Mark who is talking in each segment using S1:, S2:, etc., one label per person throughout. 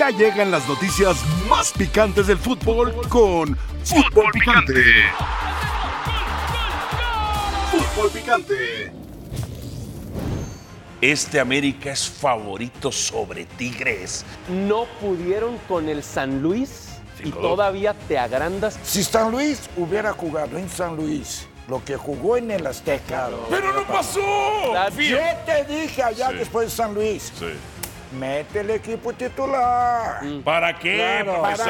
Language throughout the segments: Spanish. S1: Ya llegan las noticias más picantes del fútbol con Fútbol Picante. Fútbol Picante.
S2: Este América es favorito sobre Tigres.
S3: No pudieron con el San Luis y todavía te agrandas.
S4: Si San Luis hubiera jugado en San Luis, lo que jugó en el Azteca.
S2: ¡Pero no pasó!
S4: Yo te dije allá después de San Luis, mete el equipo titular.
S3: Mm.
S2: ¿Para qué,
S4: Claro.
S2: profesor?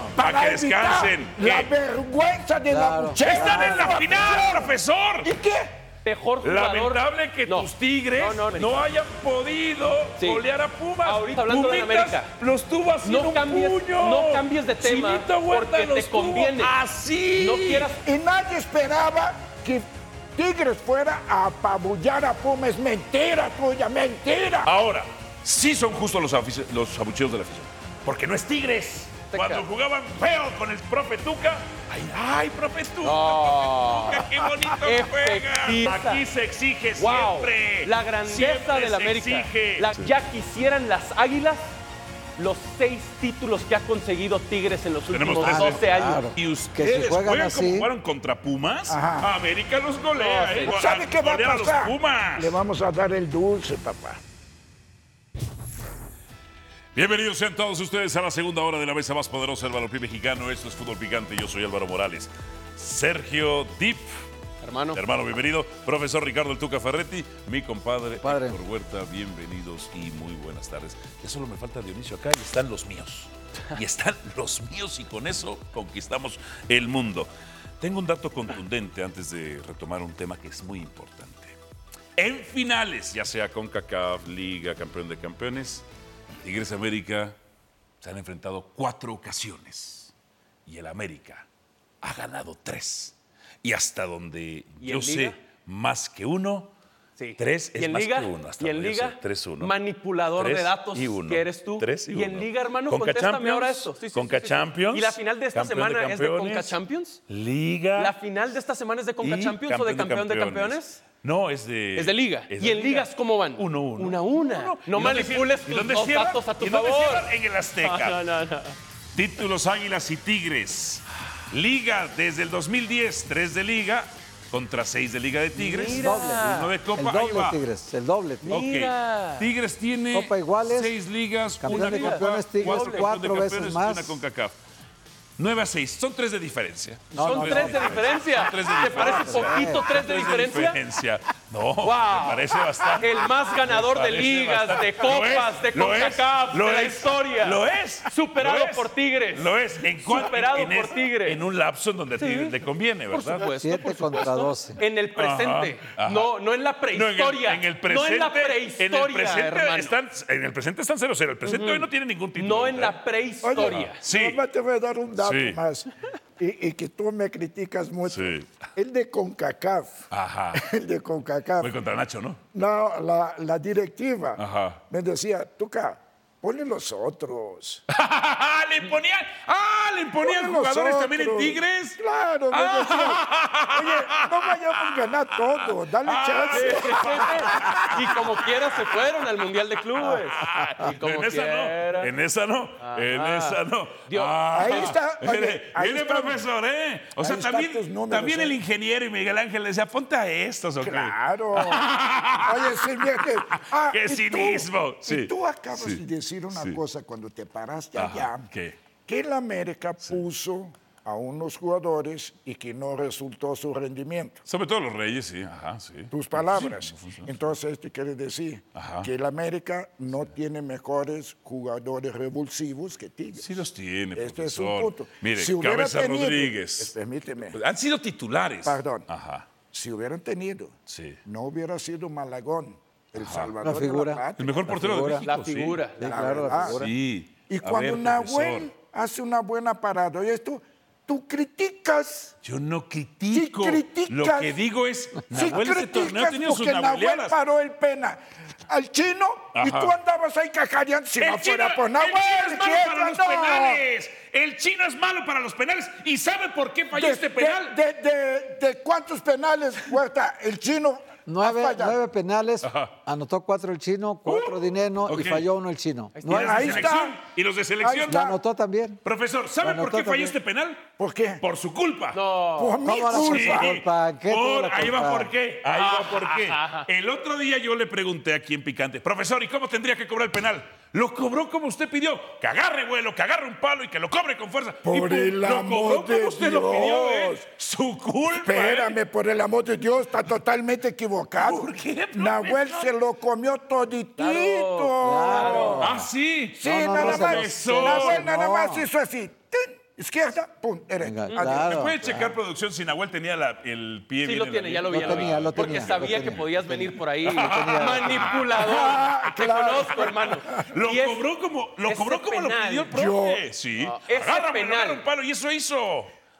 S4: qué?
S2: Para, que
S4: evitar
S2: descansen.
S4: La
S2: ¿Qué?
S4: vergüenza de
S3: Claro.
S4: la muchacha.
S2: ¡Están en la final, profesor!
S4: Ah, ¿Y qué?
S3: Mejor jugador.
S2: Lamentable que
S3: No.
S2: tus Tigres
S3: No, no,
S2: no,
S3: no.
S2: hayan podido
S3: Sí.
S2: golear a Pumas.
S3: Ahorita hablando de la
S2: Pumitas
S3: América.
S2: Los tuvo así en
S3: No
S2: un
S3: cambies,
S2: puño.
S3: no cambies de tema
S2: Chinito Huerta
S3: porque te
S2: los tuvo
S3: conviene.
S2: Así.
S3: No quieras
S4: Y nadie esperaba que Tigres fuera a apabullar a Pumas. Mentira tuya, mentira.
S2: Ahora, sí son justos los, afici- los abucheos de la afición. Porque no es Tigres. Cuando jugaban feo con el profe Tuca. Ay, ay, profe Tuca, profe Tuca, qué bonito
S3: Efectista.
S2: juega. Aquí se exige
S3: Wow,
S2: siempre.
S3: la grandeza
S2: Siempre
S3: de la
S2: se
S3: América.
S2: exige.
S3: La- ya quisieran las Águilas los seis títulos que ha conseguido Tigres en los
S2: Tenemos
S3: últimos
S2: tres,
S3: 12 años.
S5: claro.
S2: Y ustedes
S5: Que si
S2: juegan,
S5: juegan
S2: como
S5: así.
S2: jugaron contra Pumas, Ah,
S4: Ajá.
S2: América los golea.
S3: No, sí.
S2: ¿eh? Go-
S4: ¿Sabe qué va a
S2: golea los
S4: pasar?
S2: Pumas.
S4: Le vamos a dar el dulce, papá.
S2: Bienvenidos sean todos ustedes a la segunda hora de la mesa más poderosa del balompié mexicano. Esto es Fútbol Picante. Yo soy Álvaro Morales. Sergio Dip,
S3: Hermano,
S2: hermano, bienvenido. Profesor Ricardo El Tuca Ferretti, mi compadre
S5: Padre.
S2: Héctor Huerta, bienvenidos y muy buenas tardes. Ya solo me falta Dionisio acá y están los míos. Y están los míos y con eso conquistamos el mundo. Tengo un dato contundente antes de retomar un tema que es muy importante. En finales, ya sea con CACAF, Liga, Campeón de Campeones, Tigres América se han enfrentado cuatro ocasiones y el América ha ganado tres. Y hasta donde
S3: ¿Y
S2: yo
S3: en Liga?
S2: sé más que uno,
S3: sí.
S2: tres es
S3: ¿Y en
S2: más
S3: liga?
S2: que uno. Hasta
S3: ¿Y en
S2: donde yo
S3: liga?
S2: sé, tres, uno.
S3: Manipulador
S2: Tres
S3: de datos
S2: y uno.
S3: que eres tú.
S2: Tres y,
S3: en
S2: uno.
S3: liga, hermano,
S2: ¿Conca
S3: contéstame
S2: Champions?
S3: ahora esto. Sí, sí, sí,
S2: ¿Conca
S3: sí, sí.
S2: Champions?
S3: ¿Y la final de esta
S2: Campeón
S3: semana es de
S2: campeones,
S3: Conca Champions?
S2: Liga.
S3: ¿La final de esta semana es de Conca
S2: y
S3: Champions o de campeón de campeones?
S2: No, es de.
S3: Es de liga.
S2: es
S3: ¿Y en ligas cómo van?
S2: Uno, uno.
S3: Una, una.
S2: Uno.
S3: No
S2: ¿Y dónde
S3: manipules
S2: cierran? ¿Y
S3: tus
S2: dónde
S3: dos
S2: cierran?
S3: datos a tu
S2: ¿Y dónde
S3: favor.
S2: cierran? En el Azteca.
S3: No, no, no.
S2: Títulos Águilas y Tigres. Liga desde el 2010, 3 de Liga contra 6 de Liga de Tigres.
S3: Mira. Doble.
S2: Uno de Copa.
S5: El
S2: Ahí
S5: doble
S2: va.
S5: Tigres, el doble.
S2: Ok.
S3: Mira.
S2: Tigres tiene
S5: Copa iguales,
S2: 6 ligas,
S5: campeón
S2: una
S5: de
S2: Copa,
S5: campeones, Tigres,
S2: cuatro,
S5: cuatro
S2: campeón de
S5: veces
S2: campeones,
S5: más.
S2: Una con CACAF. 9 a 6, son 3 de diferencia.
S3: Son
S2: no,
S3: tres de
S2: no, no.
S3: diferencia.
S2: Son tres de
S3: ¿Te parece
S2: diferencia.
S3: poquito tres de
S2: Tres
S3: diferencia?
S2: diferencia. No,
S3: Wow.
S2: me parece bastante.
S3: El más ganador de
S2: Parece
S3: ligas,
S2: bastante.
S3: de
S2: Lo es,
S3: copas, de
S2: lo
S3: CONCACAF,
S2: es, lo
S3: de la
S2: es,
S3: historia.
S2: Lo es.
S3: Superado
S2: lo es,
S3: por Tigres.
S2: Lo es. En cuan-
S3: Superado
S2: en- en
S3: por
S2: es-
S3: Tigres.
S2: En un lapso en donde a Tigres le conviene,
S3: Por
S2: ¿verdad?
S3: supuesto,
S5: Siete
S3: por supuesto.
S5: contra doce.
S3: En el presente,
S2: Ajá, ajá.
S3: No, no en la prehistoria.
S2: No, en, el, en el presente.
S3: No en la
S2: en el
S3: prehistoria,
S2: presente
S3: hermano.
S2: Están, en el presente están 0-0. El presente hoy no tiene ningún título.
S3: No en
S2: ¿eh?
S3: la prehistoria.
S2: Sí.
S4: Nada más te voy a dar un dato
S2: Sí.
S4: más. Y, y que tú me criticas mucho.
S2: Sí.
S4: El de CONCACAF.
S2: Ajá.
S4: El de CONCACAF.
S2: Voy contra Nacho, ¿no?
S4: No, la, la directiva
S2: Ajá.
S4: me decía, Tuca, ponle los otros.
S2: le ponían, ah, le ponían
S4: Ponle los
S2: jugadores también en
S4: otros.
S2: Tigres. Ah.
S4: Claro, me decía, oye, no vayamos a ganar todo, dale
S2: Ah,
S4: chance.
S3: y como quiera se fueron al Mundial de Clubes. Y como
S2: en esa
S3: quiera.
S2: no, en esa no, en esa no.
S3: Dios.
S2: Ah,
S4: Ahí está, oye,
S2: mire,
S4: ahí
S2: mire,
S4: están-
S2: profesor, ¿eh? O sea,
S4: ahí están
S2: también,
S4: tus números,
S2: también
S4: ¿eh?
S2: el ingeniero y Miguel Ángel le decía, ponte a estos, Ah. ¿ok?
S4: Claro. Oye, sí, mira que- ah,
S2: ¡Qué
S4: y tú-
S2: cinismo! Sí,
S4: Y tú acabas
S2: sí,
S4: de decir una
S2: sí.
S4: cosa cuando te paraste
S2: Ajá,
S4: allá.
S2: Ah, ¿qué?
S4: Que el América puso a unos jugadores y que no resultó su rendimiento.
S2: Sobre todo los Reyes, sí, ajá, sí. pues,
S4: Tus palabras.
S2: Sí, no funciona.
S4: Entonces, esto quiere decir
S2: Ajá.
S4: que el América no tiene mejores jugadores revulsivos que Tigres.
S2: Sí los tiene,
S4: Este es
S2: profesor.
S4: un punto.
S2: Mire,
S4: Si hubiera
S2: Cabeza
S4: tenido- Eh,
S2: Rodríguez. Pues,
S4: Permíteme.
S2: Han sido titulares.
S4: Perdón.
S2: Ajá.
S4: Si hubieran tenido,
S2: Sí.
S4: no hubiera sido Malagón, el
S5: La
S4: Salvador de
S5: figura.
S4: la patria.
S2: El mejor portero
S5: figura.
S2: de México,
S3: La figura.
S5: Sí,
S4: La
S5: claro,
S4: verdad.
S5: la figura.
S2: Sí.
S4: Y
S2: A
S4: cuando
S2: ver,
S4: Nahuel
S2: profesor,
S4: hace una buena parada, oye, tú, tú criticas.
S2: pues, Yo no critico.
S4: Sí criticas.
S2: Lo que digo es,
S4: Sí
S2: Nahuel ese torneo ha
S4: criticas
S2: tenido sus
S4: porque Nahuel
S2: nahueleadas.
S4: paró el pena al chino y
S2: Ajá.
S4: tú andabas ahí cajareando si no
S2: El chino,
S4: fuera por
S2: el
S4: Nahuel.
S2: chino es malo
S4: ¿quién
S2: para los
S4: ganó?
S2: penales. El chino es malo para los penales. ¿Y sabe por qué falló
S4: De,
S2: este penal?
S4: de- de- de- de cuántos penales, Huerta, el chino Ha
S5: Nueve,
S4: fallado.
S5: nueve penales,
S2: Ajá.
S5: anotó cuatro el chino, cuatro
S2: Uh,
S5: dinero
S2: ok.
S5: y falló uno el chino.
S2: Y los
S5: Nueve
S2: de
S4: Ahí está.
S2: selección, Y los de
S4: Ahí
S2: selección.
S5: Lo
S4: está.
S5: anotó también.
S2: Profesor, ¿sabe
S5: Lo
S2: por qué
S5: anotó también.
S2: falló este penal?
S4: ¿Por qué?
S2: Por su culpa.
S4: Por mi
S5: ¿Cómo la
S2: Sí,
S4: culpa.
S5: puso? culpa, ¿qué tuvo
S2: por-
S5: la
S2: ahí va
S5: culpa?
S2: por qué. Ahí va por qué. El otro día yo le pregunté aquí en Picante, profesor, ¿y cómo tendría que cobrar el penal? Lo cobró como usted pidió, que agarre vuelo, que agarre un palo y que lo cobre con fuerza. Y
S4: Por
S2: pum,
S4: el
S2: lo
S4: amor
S2: cobró como
S4: de
S2: usted lo pidió, ¿eh?
S4: Dios.
S2: Su culpa. ¿eh?
S4: Espérame, por el amor de Dios, está totalmente equivocado.
S2: ¿Por qué, profesor?
S4: Nahuel se lo comió toditito.
S5: claro.
S2: Ah, sí.
S4: Sí,
S5: No, no,
S4: nada
S5: no, se lo-
S4: más.
S2: se lo-
S4: Nahuel nada
S5: no.
S4: más hizo así. ¡tin! Izquierda, pum, derecha.
S5: Venga,
S4: Adiós.
S5: claro.
S2: ¿Me puede checar producción si Nahuel tenía la- el pie
S3: Sí,
S2: bien
S3: lo
S2: en la
S3: tiene, ya
S2: línea?
S3: lo vi.
S5: Lo
S3: ya vi.
S5: tenía, lo
S3: Porque
S5: tenía,
S3: sabía
S5: lo
S3: que
S5: tenía,
S3: podías
S5: lo
S3: venir
S5: tenía. Ah,
S3: por ahí.
S4: Ah,
S3: Manipulador. Te
S4: claro.
S3: conozco, hermano.
S2: Lo
S3: Y es-
S2: cobró como lo,
S3: ese
S2: cobró como lo
S3: penal. Ah,
S2: pidió el profe. sí.
S3: ese
S2: Agárrame,
S3: penal.
S2: regálame un palo y eso hizo.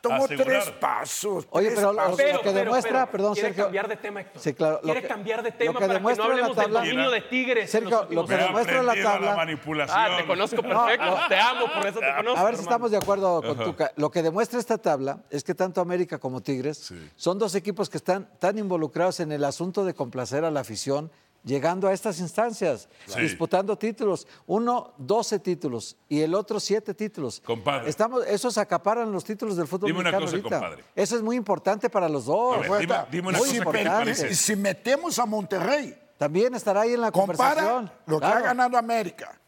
S4: Tomó
S2: Asegurar.
S4: tres pasos.
S5: Oye,
S4: tres
S5: pero lo,
S4: pasos.
S5: lo
S3: Pero,
S5: que
S3: pero,
S5: demuestra,
S3: pero,
S5: perdón,
S3: ¿quiere
S5: Sergio.
S3: cambiar de tema, Héctor?
S5: Sí, claro. lo
S3: ¿Quiere cambiar de
S5: lo
S3: tema
S5: que
S3: para que no
S5: demuestra la
S3: hablemos del
S5: tabla-
S3: dominio de Tigres en
S5: Sergio,
S3: los
S5: lo
S3: últimos
S5: que
S2: Me ha
S3: años?
S5: demuestra la
S2: aprendido a
S5: tabla.
S2: manipulación.
S3: Ah, te conozco perfecto.
S5: No, no.
S3: Te amo, por eso te conozco.
S5: A ver si
S3: hermano.
S5: estamos de acuerdo con Tuca. Lo que demuestra esta tabla es que tanto América como Tigres son dos equipos que están tan involucrados en el asunto de complacer a la afición, llegando a estas instancias,
S2: Sí.
S5: disputando títulos. Uno, 12 títulos y el otro, 7 títulos.
S2: Compadre.
S5: Estamos, esos acaparan los títulos del fútbol
S2: Dime una
S5: mexicano
S2: cosa,
S5: ahorita.
S2: compadre.
S5: Eso es muy importante para los dos.
S2: A ver,
S4: Pues
S2: dime-
S4: está.
S2: dime una
S5: Muy
S2: cosa que te
S5: importante.
S2: parece.
S4: Y si metemos a Monterrey,
S5: También estará ahí en la conversación.
S4: compara lo que ha
S5: Claro.
S4: ganado América,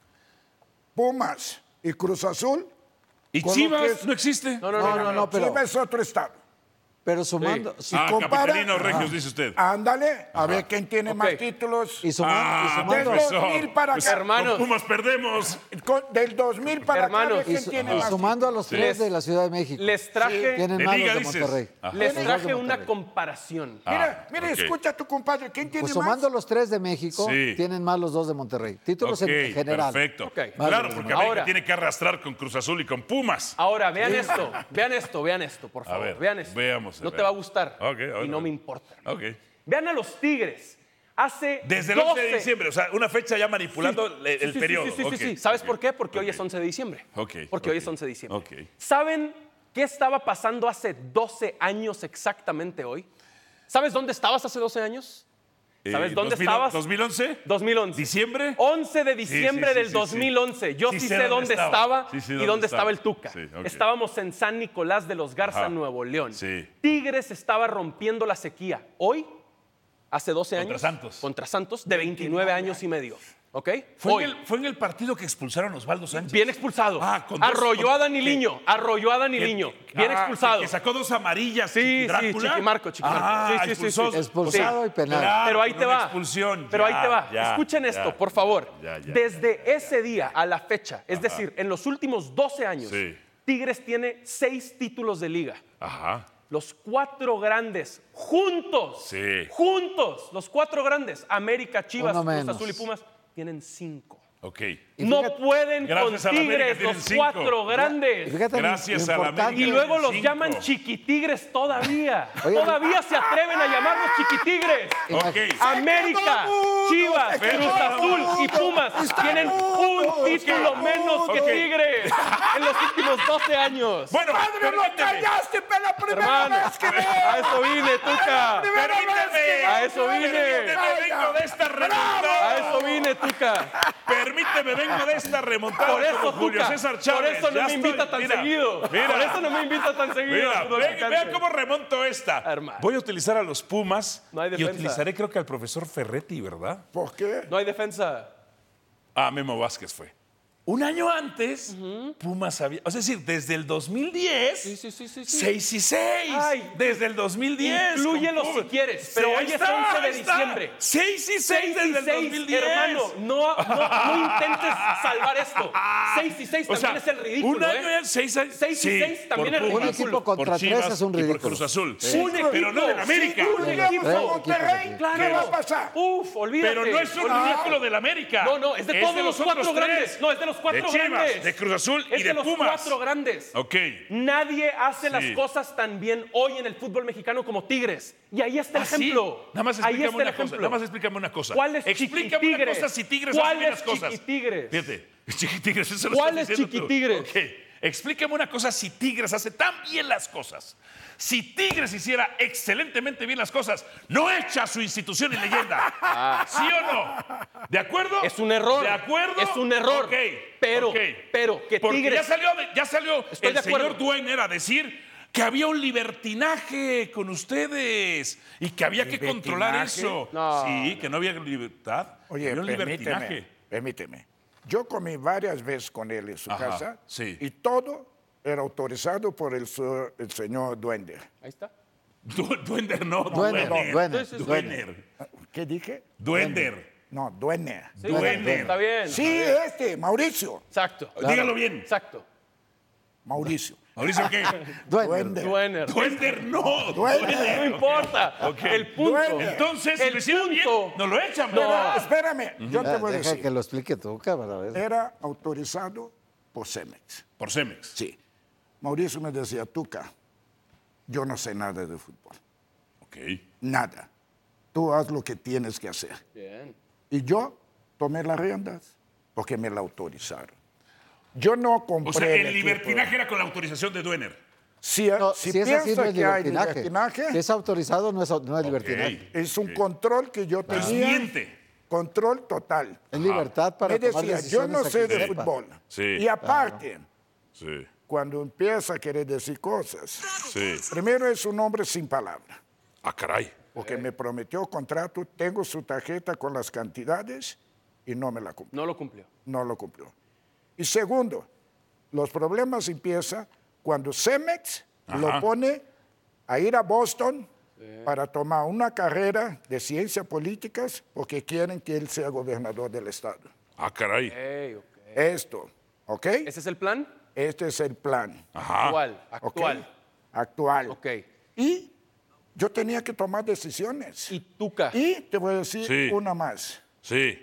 S4: Pumas y Cruz Azul,
S2: Y
S4: Con lo
S2: Chivas
S4: que es-
S2: no existe.
S5: No, no, no, no, pero,
S4: Chivas es otro estado.
S5: pero sumando,
S4: Si
S2: Ah,
S4: compara-
S2: Capitalinos Regios, dice usted.
S4: Ándale, a ver quién tiene
S3: Ok.
S4: más títulos.
S5: y sumando, y
S2: Ah,
S5: sumando-
S4: Del 2000 para acá.
S2: hermanos.
S3: Hermanos.
S2: Con Pumas perdemos.
S4: Con- del 2000 para
S3: Hermanos,
S4: acá, a ver
S5: y
S4: quién
S5: su-
S4: tiene
S5: y
S4: más
S5: sumando a los
S2: Sí.
S5: tres de
S3: Les-
S5: la Ciudad de México.
S3: les traje-
S5: Tienen
S2: De
S5: más los
S2: liga,
S5: de
S2: dices.
S5: Monterrey.
S2: Ajá.
S3: Les
S5: Los
S3: traje
S5: de
S3: una
S5: Monterrey.
S3: comparación.
S2: Ah,
S4: Mira, mira,
S2: ok.
S4: escucha a tu compadre, ¿quién tiene
S5: Pues
S4: más?
S5: sumando los tres de México,
S2: Sí.
S5: tienen más los dos de Monterrey. Títulos
S2: Ok,
S5: en general.
S2: Perfecto.
S3: Ok.
S2: Claro,
S5: Vale,
S2: porque
S3: vale.
S2: América
S3: Ahora.
S2: tiene que arrastrar con Cruz Azul y con Pumas.
S3: Ahora, vean esto, vean esto, vean esto, por favor.
S2: ver,
S3: vean esto.
S2: veamos,
S3: No
S2: a
S3: te
S2: ver.
S3: va a gustar.
S2: Ok, a ver,
S3: y
S2: a
S3: no
S2: ver.
S3: me importa.
S2: Ok.
S3: Vean a los Tigres. Hace
S2: Desde el
S3: 12
S2: 11 de diciembre, o sea, una fecha ya manipulando el, el
S3: Sí, sí,
S2: periodo.
S3: Sí, sí, sí,
S2: Ok,
S3: sí. ¿Sabes
S2: ok,
S3: por qué? Porque hoy
S2: ok.
S3: es 11 de diciembre.
S2: Ok,
S3: Porque hoy
S2: ok,
S3: es 11 de diciembre.
S2: ok.
S3: ¿Saben qué estaba pasando hace 12 años exactamente hoy? ¿Sabes dónde estabas hace 12 años?
S2: Eh,
S3: ¿Sabes dónde
S2: 2000,
S3: estabas?
S2: 2011.
S3: 2011.
S2: ¿Diciembre?
S3: 11 de diciembre
S2: sí, sí,
S3: del
S2: sí,
S3: 2011. Yo
S2: Sí
S3: sí,
S2: sé
S3: sé,
S2: dónde
S3: dónde
S2: estaba.
S3: estaba,
S2: Sí sé
S3: y
S2: dónde
S3: dónde,
S2: estaba.
S3: estaba el Tuca.
S2: Sí, ok.
S3: Estábamos en San Nicolás de los Garza,
S2: Ajá.
S3: Nuevo León.
S2: Sí.
S3: Tigres estaba rompiendo la sequía. Hoy, hace 12
S2: Contra
S3: años.
S2: Santos.
S3: Contra Santos, de 29 años y medio. ¿Ok?
S2: Fue
S3: Hoy.
S2: en, el, fue en el partido que expulsaron a Osvaldo Sánchez.
S3: Bien expulsado.
S2: Ah, con dos-
S3: arrolló a Ah. Daniliño. Arrolló a Daniliño. Bien
S2: Ah,
S3: expulsado.
S2: Que sacó dos amarillas.
S3: Sí,
S2: Chiqui
S3: sí,
S2: Drácula.
S3: Chiquimarco, Chiquimarco.
S2: Ah,
S3: Sí, sí, sí,
S2: expulsó-
S3: sí.
S5: Expulsado
S2: o sea,
S5: y penal.
S2: claro,
S3: Pero ahí
S2: con
S3: te
S2: una
S3: va.
S2: expulsión.
S3: Pero
S2: Ya,
S3: ahí te va.
S2: ya,
S3: Escuchen
S2: ya,
S3: esto, por favor.
S2: ya, ya,
S3: Desde ese día a la fecha, es decir, en los últimos 12 años,
S2: Sí.
S3: Tigres tiene seis títulos de liga.
S2: Ajá.
S3: Los cuatro grandes, juntos,
S2: Sí.
S3: juntos, los cuatro grandes, América, Chivas,
S5: Uno
S3: Cruz
S5: menos.
S3: Azul y Pumas, tienen cinco.
S2: Ok.
S5: Y
S3: no
S5: fíjate-
S3: pueden
S2: Gracias a
S3: con
S2: la América
S3: Tigres
S2: tienen
S3: los
S2: cinco.
S3: cuatro
S5: Y
S3: grandes.
S5: fíjate lo
S2: Gracias a la
S5: importante-
S2: América.
S3: Y luego los
S2: Cinco.
S3: llaman chiquitigres todavía.
S5: Oye,
S3: todavía se atreven a llamarlos chiquitigres.
S2: Ok.
S3: América,
S4: mudo,
S3: Chivas,
S4: se quedó
S3: Cruz Azul y
S4: mudo,
S3: Pumas
S4: está
S3: tienen
S4: mudo,
S3: un título menos que
S2: Ok.
S3: Tigres en los últimos 12 años.
S2: Bueno,
S4: ¡Padre, lo
S2: permíteme.
S4: callaste para la primera
S3: Hermano,
S4: vez que
S3: a eso vine, Tuca.
S4: Primera vez que
S2: Permíteme.
S3: A eso vine.
S2: Permíteme, vengo de esta remontada.
S3: A eso vine, Tuca.
S2: Permíteme, vengo de esta remontada
S3: Por eso,
S2: como Julio
S3: Tuca.
S2: César
S3: Por
S2: Chávez.
S3: eso
S2: Ya
S3: no me
S2: estoy-
S3: invita tan
S2: mira,
S3: seguido.
S2: mira,
S3: Por eso no me invita tan seguido.
S2: mira,
S3: fútbol
S2: ve-
S3: picante.
S2: vea cómo remonto esta.
S3: Hermano.
S2: Voy a utilizar a los Pumas
S3: No hay
S2: y
S3: defensa.
S2: utilizaré creo que al profesor Ferretti, ¿verdad?
S4: ¿Por qué?
S3: No hay defensa.
S2: Ah, Memo Vázquez fue. Un año antes, Pumas había... Es decir, desde el 2010...
S3: Sí, sí, sí, sí, sí.
S2: 6 y 6.
S3: Ay.
S2: desde el 2010.
S3: Inclúyelo
S2: con
S3: si
S2: Pumas.
S3: quieres, pero
S2: Sí,
S3: hoy
S2: ahí
S3: es
S2: está,
S3: 11 de
S2: ahí está.
S3: diciembre.
S2: 6 y 6,
S3: 6
S2: desde
S3: y
S2: el
S3: 6,
S2: 2010.
S3: hermano. No, no, no intentes salvar esto. 6 y 6
S2: O
S3: también
S2: sea,
S3: es el ridículo.
S2: Un año
S3: ¿eh?
S2: ya seis, años-
S3: Seis y seis también es
S2: por
S3: ridículo.
S2: Pumas,
S5: Un equipo
S2: por
S5: contra
S2: Chivas
S5: tres es un
S2: y por
S5: ridículo.
S2: Cruz Azul.
S3: Sí. Un
S2: Pero
S3: equipo,
S2: no en América.
S3: sí, un
S4: ¿Qué equipo
S5: Tres
S4: Monterrey?
S5: equipos,
S4: ¿Qué
S3: Claro.
S4: va a pasar?
S3: Uf, olvídate.
S2: Pero no es un
S3: olvídate.
S2: ridículo del América.
S3: No, no, es de todos los cuatro
S2: otros
S3: grandes.
S2: tres.
S3: No, es de los cuatro
S2: de Chivas,
S3: grandes.
S2: De Cruz Azul
S3: es
S2: y
S3: de,
S2: de,
S3: los
S2: Pumas.
S3: cuatro grandes.
S2: Ok.
S3: Nadie hace las
S2: Sí.
S3: cosas tan bien hoy en el fútbol mexicano como Tigres. Y ahí está el
S2: Ah, sí.
S3: ejemplo.
S2: Nada más
S3: ahí
S2: explícame
S3: está el
S2: una
S3: ejemplo.
S2: cosa. Nada más explícame una cosa.
S3: ¿Cuál es
S2: explícame una
S3: Chiquitigres?
S2: cosa si Tigres
S3: ¿Cuál
S2: hace bien
S3: es
S2: las cosas.
S3: Chiquitigres?
S2: Fíjate. Chiquitigres, eso lo
S3: ¿Cuál
S2: estás
S3: es
S2: diciendo tú.
S3: Chiquitigres?
S2: Ok. Explíqueme una cosa si Tigres hace tan bien las cosas. Si Tigres hiciera excelentemente bien las cosas, no echa a su institución y leyenda. ¿Sí o no? ¿De acuerdo?
S3: Ah. Es un error.
S2: ¿De acuerdo?
S3: Es un error.
S2: Ok,
S3: Pero,
S2: ok.
S3: pero, que
S2: Porque
S3: Tigres-
S2: Ya salió, ya salió
S3: Estoy
S2: el
S3: de acuerdo.
S2: señor Duener a decir que había un libertinaje con ustedes y que había que controlar
S4: ¿Libertinaje?
S2: eso.
S3: No.
S2: Sí, que no había libertad.
S4: Oye,
S2: había un
S4: permíteme,
S2: libertinaje.
S4: permíteme. Yo comí varias veces con él en su
S2: Ajá,
S4: casa
S2: sí.
S4: y todo era autorizado por el, su- el señor Duende.
S3: Ahí está.
S2: Du- Duender no,
S5: Duener,
S2: Duener.
S5: Duener,
S2: Duener.
S5: Duener.
S4: ¿Qué dije?
S2: Duender.
S4: No, Duende.
S3: Sí,
S2: Duende.
S3: Está bien.
S4: Sí, este, Mauricio.
S3: Exacto.
S2: Dígalo bien.
S3: Exacto.
S4: Mauricio.
S2: Mauricio, ¿qué?
S5: Duener.
S3: Duener.
S2: Duender no.
S3: No
S2: Duener.
S3: importa.
S2: Ok.
S3: El punto.
S4: Duener.
S2: Entonces, si
S3: El
S2: lo hicieron bien,
S3: punto.
S2: no lo echan,
S3: No.
S2: ¿verdad?
S4: Espérame, yo te
S5: Ah,
S4: voy a
S5: Deja
S4: decir.
S5: que lo explique tú, cámara. a ver.
S4: Era autorizado por Cemex.
S2: Por Cemex.
S4: Sí. Mauricio me decía, Tuca, yo no sé nada de fútbol.
S2: Ok.
S4: Nada. Tú haz lo que tienes que hacer.
S3: Bien.
S4: Y yo tomé las riendas porque me la autorizaron. Yo no compré.
S2: O sea, el
S4: equipo.
S2: libertinaje era con la autorización de Duener.
S4: Si,
S5: No,
S4: si
S5: si, es así, no
S4: piensa
S5: es
S4: que hay
S5: libertinaje.
S4: libertinaje,
S5: Si es autorizado, no es, au- no es libertinaje.
S4: es un control que yo
S2: Pues
S4: tenía.
S2: miente.
S4: Control total.
S5: Es libertad para
S4: me
S5: tomar
S4: decía,
S5: decisiones.
S4: yo no
S5: a
S4: sé
S5: quien
S4: de
S5: sepa.
S4: fútbol.
S2: Sí.
S4: Y aparte,
S2: Sí,
S4: cuando empieza a querer decir cosas,
S2: sí.
S4: primero es un hombre sin palabra.
S2: Ah, caray.
S4: Porque me prometió contrato, tengo su tarjeta con las cantidades y no me la cumplió.
S3: No lo cumplió.
S4: No lo cumplió. Y segundo, los problemas empiezan cuando Cemex lo pone a ir a Boston para tomar una carrera de ciencias políticas porque quieren que él sea gobernador del estado.
S2: Ah, caray.
S3: Ey, ok.
S4: Esto, ¿ok?
S3: ¿Ese es el plan?
S4: Este es el plan
S2: Ajá.
S3: Actual.
S4: ¿ok?
S3: Actual.
S4: actual.
S3: Ok.
S4: Y yo tenía que tomar decisiones.
S3: Y Tuca.
S4: Y te voy a decir
S2: Sí.
S4: una más.
S2: Sí.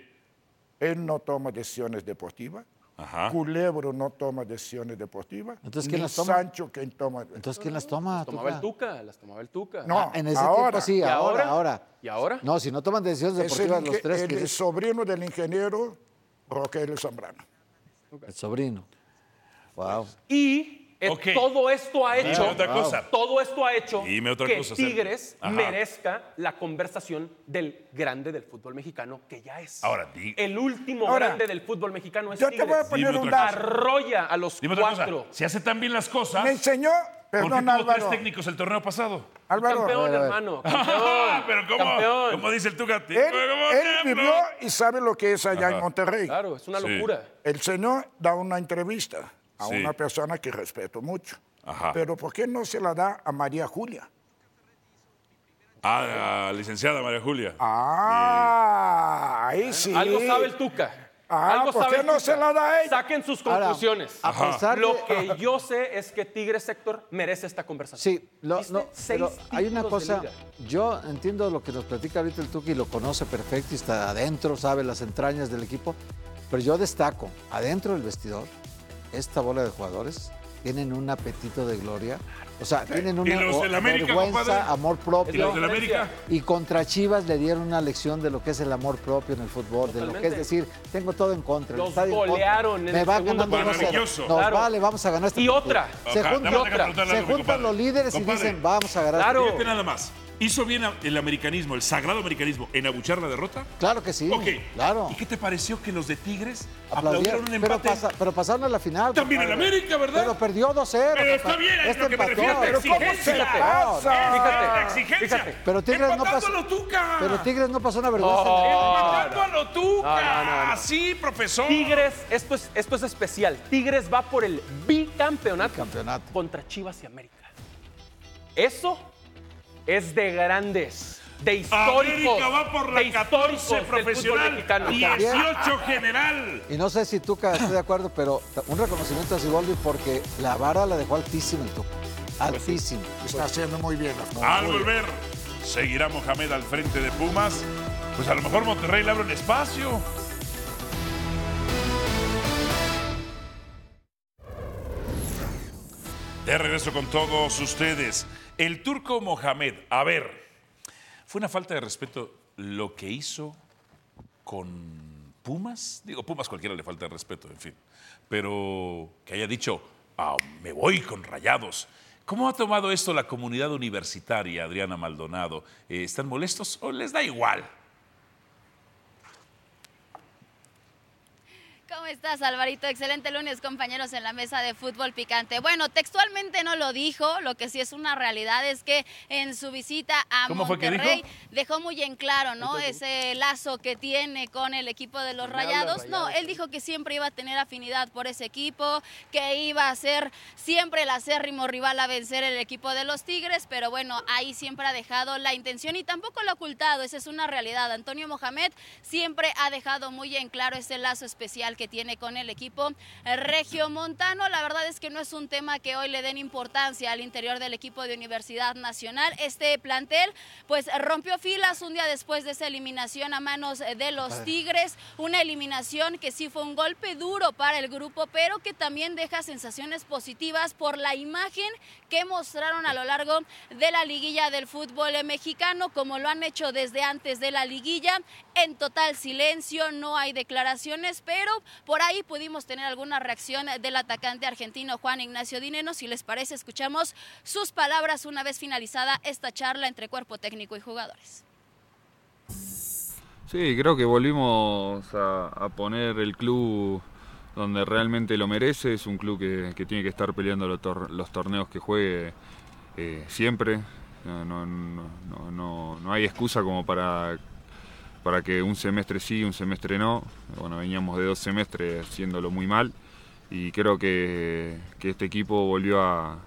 S4: Él no toma decisiones deportivas.
S2: Ajá.
S4: Culebro no toma decisiones deportivas.
S5: Entonces, ¿quién
S4: ni
S5: las toma?
S4: Sancho quien toma.
S5: Entonces, ¿quién las toma?
S3: tomaba el
S5: Tuca?
S3: Tuca. Las tomaba el Tuca.
S4: No.
S5: Ah, en ese
S4: Ahora.
S5: tiempo sí,
S4: ¿Y
S5: ahora,
S3: ahora?
S5: ahora.
S3: ¿Y ahora?
S5: No, si no toman decisiones
S4: es el,
S5: deportivas los
S4: inge-
S5: tres,
S4: el
S5: que es
S4: sobrino del ingeniero Rogelio Zambrano.
S5: el sobrino. Wow.
S3: Y eh,
S2: Ok.
S3: todo esto ha hecho.
S2: otra cosa.
S3: Todo esto ha hecho
S2: Dime otra
S3: que
S2: cosa, Sergio.
S3: Tigres
S2: Ajá.
S3: merezca la conversación del grande del fútbol mexicano que ya es.
S2: Ahora, di-
S3: El último
S4: Ahora,
S3: grande del fútbol mexicano es
S4: Yo te
S3: Tigres.
S4: voy a poner
S2: Dime
S4: un
S2: otra cosa.
S4: dato.
S3: Arrolla a los
S2: Dime otra
S3: cuatro.
S2: cosa. Si hace tan bien las cosas,
S4: Me enseñó,
S2: ¿por qué
S4: perdón
S2: tuvo tres
S4: Álvaro,
S2: técnicos el torneo pasado?
S4: Álvaro,
S3: Campeón, hermano. Campeón.
S2: Pero ¿cómo?
S3: Campeón.
S2: ¿Cómo dice el Tuca?
S4: él,
S2: ¿Cómo
S4: él
S2: tiemblo?
S4: vivió y sabe lo que es allá en Monterrey.
S3: Claro, es una
S2: Sí.
S3: locura.
S4: El señor da una entrevista a
S2: Sí.
S4: una persona que respeto mucho.
S2: Ajá.
S4: Pero ¿por qué no se la da a María Julia?
S2: Ah, la licenciada María Julia.
S4: Ah, ahí sí.
S3: Algo sabe el Tuca.
S4: Ah,
S3: Algo
S4: ¿por
S3: sabe
S4: qué
S3: el
S4: no
S3: Tuca.
S4: se la da a ella?
S3: Saquen sus
S5: Ahora,
S3: conclusiones.
S5: a pesar de-
S3: Lo que yo sé es que Tigres Sector merece esta conversación.
S5: Sí, lo-
S3: ¿Viste?
S5: no,
S3: Seis
S5: pero hay una
S3: títulos de
S5: cosa,
S3: liga.
S5: yo entiendo lo que nos platica ahorita el Tuca y lo conoce perfecto y está adentro, sabe las entrañas del equipo, pero yo destaco, adentro del vestidor, esta bola de jugadores tienen un apetito de gloria, o sea, tienen una
S2: los del
S5: o-
S2: América,
S5: vergüenza,
S2: compadre.
S5: amor propio.
S2: ¿Y los de la
S3: Valencia.
S2: América?
S5: Y contra Chivas le dieron una lección de lo que es el amor propio en el fútbol, de lo que
S3: Totalmente.
S5: es decir, tengo todo en contra. el
S3: Los
S5: estadio en contra,
S3: golearon en
S5: me
S3: el
S5: va
S3: segundo
S5: ganando
S2: tiempo.
S5: 1-0,
S2: Maravilloso.
S5: Nos
S3: Claro.
S5: vale, vamos a ganar este
S3: Y
S5: partido.
S3: otra.
S5: Se
S2: Ajá,
S5: junta-
S2: nada más déjame
S3: otra.
S2: preguntarle
S5: se
S2: algo, mi
S5: juntan
S2: compadre.
S5: los líderes
S2: Compadre,
S5: y dicen, vamos a ganar.
S3: Claro.
S2: Fíjate nada más. ¿Hizo bien a- el americanismo, el sagrado americanismo, en abuchar la derrota?
S5: Claro que sí.
S2: Ok.
S5: Claro.
S2: ¿Y qué te pareció que los de Tigres
S5: Aplaudieron,
S2: aplaudieron un
S5: pero,
S2: empate?
S5: pasa- pero pasaron a la final.
S2: También
S5: compadre.
S2: el América, ¿verdad?
S5: Pero perdió 2-0.
S2: Pero está
S5: compadre. Este
S2: bien, es lo que me refiero,
S5: empató.
S2: pero
S5: Pero,
S2: ¿cómo se
S5: exigencia.
S3: la
S4: pasa?
S3: Fíjate,
S2: La exigencia.
S3: fíjate.
S5: Pero Tigres no
S2: Empatando
S5: pasó-
S2: a lo Tuca.
S5: Pero Tigres no pasó una vergüenza.
S3: Oh.
S2: Empatando a lo Tuca.
S3: No, no, no, no.
S2: Sí, profesor.
S3: Tigres, esto es, esto es especial. Tigres va por el bicampeonato,
S5: Bicampeonato.
S3: contra Chivas y América. Eso es de grandes, de históricos.
S2: América va por
S3: de
S2: la
S3: históricos
S2: 14
S3: del fútbol
S2: profesional,
S3: mexicano.
S2: 18 general.
S5: Y no sé si Tuca estoy de acuerdo, pero un reconocimiento a Siboldi porque la vara la dejó altísima el Tuca.
S2: Pues
S5: Altísima.
S4: Está haciendo muy bien las cosas.
S2: Al volver, seguirá Mohamed al frente de Pumas. Pues a lo mejor Monterrey le abre un espacio. De regreso con todos ustedes. El turco Mohamed, a ver, fue una falta de respeto lo que hizo con Pumas. Digo, Pumas cualquiera le falta el respeto, en fin. Pero que haya dicho, Ah, me voy con rayados. ¿Cómo ha tomado esto la comunidad universitaria, Adriana Maldonado? Eh, ¿Están molestos o les da igual?
S6: ¿Cómo estás, Alvarito? Excelente lunes, compañeros, en la mesa de fútbol picante. Bueno, textualmente no lo dijo, lo que sí es una realidad es que en su visita a
S2: ¿Cómo fue que
S6: Monterrey
S2: dijo?
S6: dejó muy en claro, ¿no? Ese lazo que tiene con el equipo de los Rayados. No, él dijo que siempre iba a tener afinidad por ese equipo, que iba a ser siempre el acérrimo rival a vencer el equipo de los Tigres, pero bueno, ahí siempre ha dejado la intención y tampoco lo ha ocultado, esa es una realidad. Antonio Mohamed siempre ha dejado muy en claro ese lazo especial que tiene con el equipo regiomontano. La verdad es que no es un tema que hoy le den importancia al interior del equipo de Universidad Nacional. Este plantel pues rompió filas un día después de esa eliminación a manos de los Tigres, una eliminación que sí fue un golpe duro para el grupo, pero que también deja sensaciones positivas por la imagen que mostraron a lo largo de la liguilla del fútbol mexicano, como lo han hecho desde antes de la liguilla, en total silencio, no hay declaraciones, pero por ahí pudimos tener alguna reacción del atacante argentino Juan Ignacio Dineno. Si les parece, escuchamos sus palabras una vez finalizada esta charla entre cuerpo técnico y jugadores.
S7: Sí, creo que volvimos a, a poner el club donde realmente lo merece. Es un club que, que tiene que estar peleando los, tor- los torneos que juegue eh, siempre. No, no- no- no- no- no hay excusa como para, para que un semestre sí, un semestre no. Bueno, veníamos de dos semestres haciéndolo muy mal y creo que, que este equipo volvió a,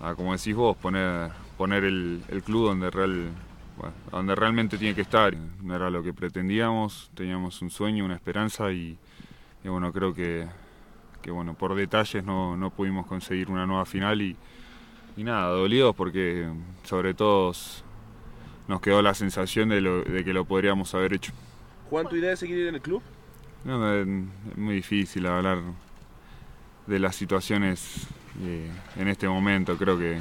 S7: a, como decís vos, poner, poner el, el club donde, real, bueno, donde realmente tiene que estar. No era lo que pretendíamos, teníamos un sueño, una esperanza y, y bueno, creo que, que, bueno, por detalles no, no pudimos conseguir una nueva final y, y nada, dolidos porque sobre todo nos quedó la sensación de, lo- de que lo podríamos haber hecho.
S8: Juan, ¿tu idea es seguir en el club?
S7: No, es muy difícil hablar de las situaciones eh, en este momento. Creo que,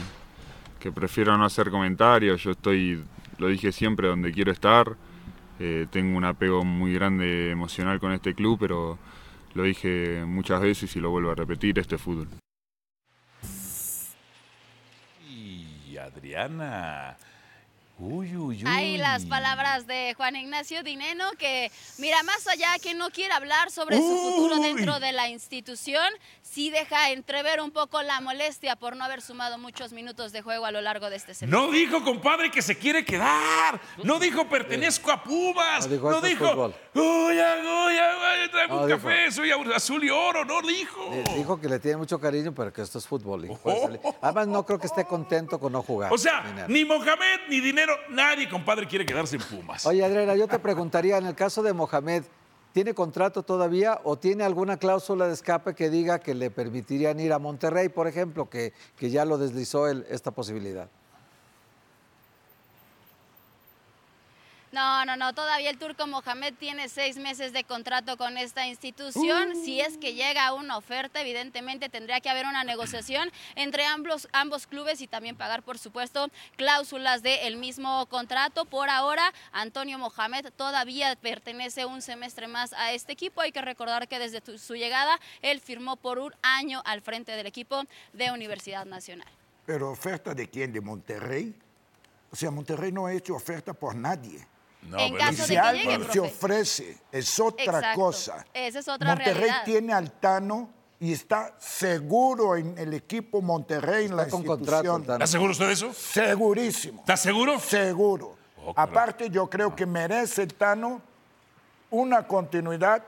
S7: que prefiero no hacer comentarios. Yo estoy, lo dije siempre, donde quiero estar. Eh, tengo un apego muy grande emocional con este club, pero lo dije muchas veces y lo vuelvo a repetir, este es fútbol.
S2: Y Adriana. Uy, uy, uy.
S6: Ahí las palabras de Juan Ignacio Dineno, que mira, más allá que no quiere hablar sobre su futuro dentro de la institución, sí deja entrever un poco la molestia por no haber sumado muchos minutos de juego a lo largo de este semestre.
S2: No dijo, compadre, que se quiere quedar. No dijo, pertenezco a Pumas.
S5: No dijo,
S2: No
S5: esto es
S2: dijo,
S5: fútbol.
S2: uy, ay, ay, ay, tráeme
S5: No,
S2: un
S5: dijo.
S2: café, soy azul y oro. No dijo.
S5: Eh, Dijo que le tiene mucho cariño, pero que esto es fútbol. y puede salir. Además, no creo que esté contento con no jugar.
S2: O sea,
S5: Ah, ni nada.
S2: ni Mohamed ni dinero, nadie, compadre, quiere quedarse en Pumas.
S5: Oye, Adriana, yo te preguntaría, en el caso de Mohamed, ¿tiene contrato todavía o tiene alguna cláusula de escape que diga que le permitirían ir a Monterrey, por ejemplo, que, que ya lo deslizó él, esta posibilidad?
S6: No, no, no, todavía el turco Mohamed tiene seis meses de contrato con esta institución. Si es
S2: Uh.
S6: que llega una oferta, evidentemente tendría que haber una negociación entre ambos, ambos clubes y también pagar, por supuesto, cláusulas del mismo contrato. Por ahora, Antonio Mohamed todavía pertenece un semestre más a este equipo. Hay que recordar que desde tu- su llegada, él firmó por un año al frente del equipo de Universidad Nacional.
S2: Ah,
S4: Pero oferta de quién? ¿De Monterrey? O sea, Monterrey no ha hecho oferta por nadie.
S2: No,
S6: en
S2: pero
S6: caso
S4: Y
S2: es-
S6: de
S4: si
S6: que llegue,
S4: alguien
S6: profe.
S4: se ofrece, es otra
S6: Exacto.
S4: cosa.
S6: Esa es otra
S4: Monterrey
S6: realidad.
S4: tiene al Tano y está seguro en el equipo Monterrey, en la
S5: con
S4: institución.
S5: contrato, Tano.
S2: ¿Está seguro usted de eso?
S4: Segurísimo.
S2: ¿Está seguro?
S4: Seguro.
S2: Oh, caray.
S4: Aparte, yo creo que merece el Tano una continuidad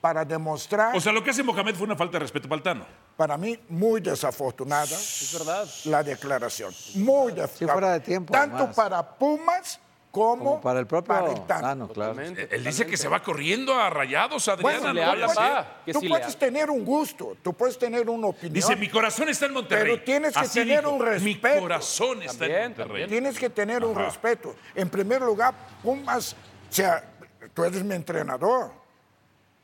S4: para demostrar,
S2: O sea, lo que hace Mohamed fue una falta de respeto para el Tano.
S4: para mí, muy desafortunada
S3: Es verdad.
S4: la declaración. Muy desafortunada.
S5: fuera de tiempo,
S4: Tanto
S5: además.
S4: para Pumas como,
S5: Como para el propio
S4: para el Tano.
S5: Tano, claro.
S3: Totalmente,
S2: Él dice
S3: totalmente.
S2: que se va corriendo a rayados, Adriana.
S3: si le
S2: no
S3: habla,
S2: vaya a ser.
S3: va. que
S4: tú
S3: sí le
S4: puedes
S3: habla.
S4: tener un gusto, tú puedes tener una opinión.
S2: Dice, mi corazón está en Monterrey.
S4: Pero tienes que
S2: Así
S4: tener
S2: dijo,
S4: un
S2: Mi
S4: respeto.
S2: corazón está en
S3: También,
S2: Monterrey.
S4: Tienes que tener un
S2: Ajá.
S4: respeto. En primer lugar, Pumas, o sea, tú eres mi entrenador.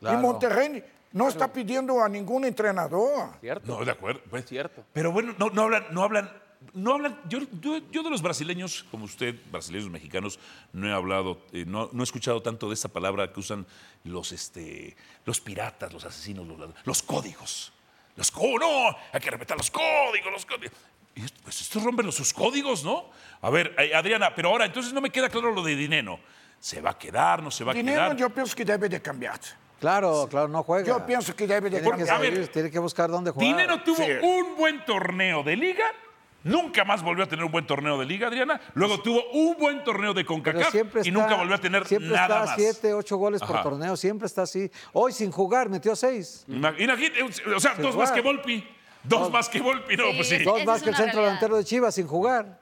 S4: Y Monterrey no está pidiendo a ningún entrenador.
S3: Cierto.
S2: No, de acuerdo. pues.
S3: Cierto.
S2: Pero bueno, no, no hablan, no hablan, no hablan. Yo, yo- yo de los brasileños, como usted, brasileños mexicanos, no he hablado, eh, no, no he escuchado tanto de esa palabra que usan los, este, los piratas, los asesinos, los, ladrones, los códigos. Los co- no, hay que respetar los códigos, los códigos. Y esto- Pues estos rompen los- sus códigos, ¿no? A ver, eh, Adriana, pero ahora entonces no me queda claro lo de dinero. ¿Se va a quedar, no se va a
S4: Dinero
S2: quedar?
S4: yo pienso que debe de cambiarse.
S5: Claro, claro, no juega.
S4: Yo pienso que debe de
S5: tiene que,
S4: cambiar.
S2: A ver,
S5: salir, tiene que buscar dónde jugar.
S2: Dinero tuvo
S4: Sí.
S2: un buen torneo de liga, nunca más volvió a tener un buen torneo de liga, Adriana. Luego tuvo un buen torneo de
S5: Pero
S2: CONCACAF
S5: siempre
S2: y
S5: está-
S2: nunca volvió a tener
S5: siempre
S2: nada
S5: está
S2: más.
S5: siete, ocho goles por
S2: Ajá.
S5: torneo, siempre está así. Hoy sin jugar metió seis.
S2: Ima- imagínate, o sea, dos
S5: Sí,
S2: más
S5: bueno.
S2: que Volpi. Dos más que Volpi, no,
S6: Sí,
S2: pues sí.
S6: es-
S5: Dos
S6: Esa
S5: más que el
S6: una
S5: centro
S6: realidad.
S5: delantero de Chivas sin jugar.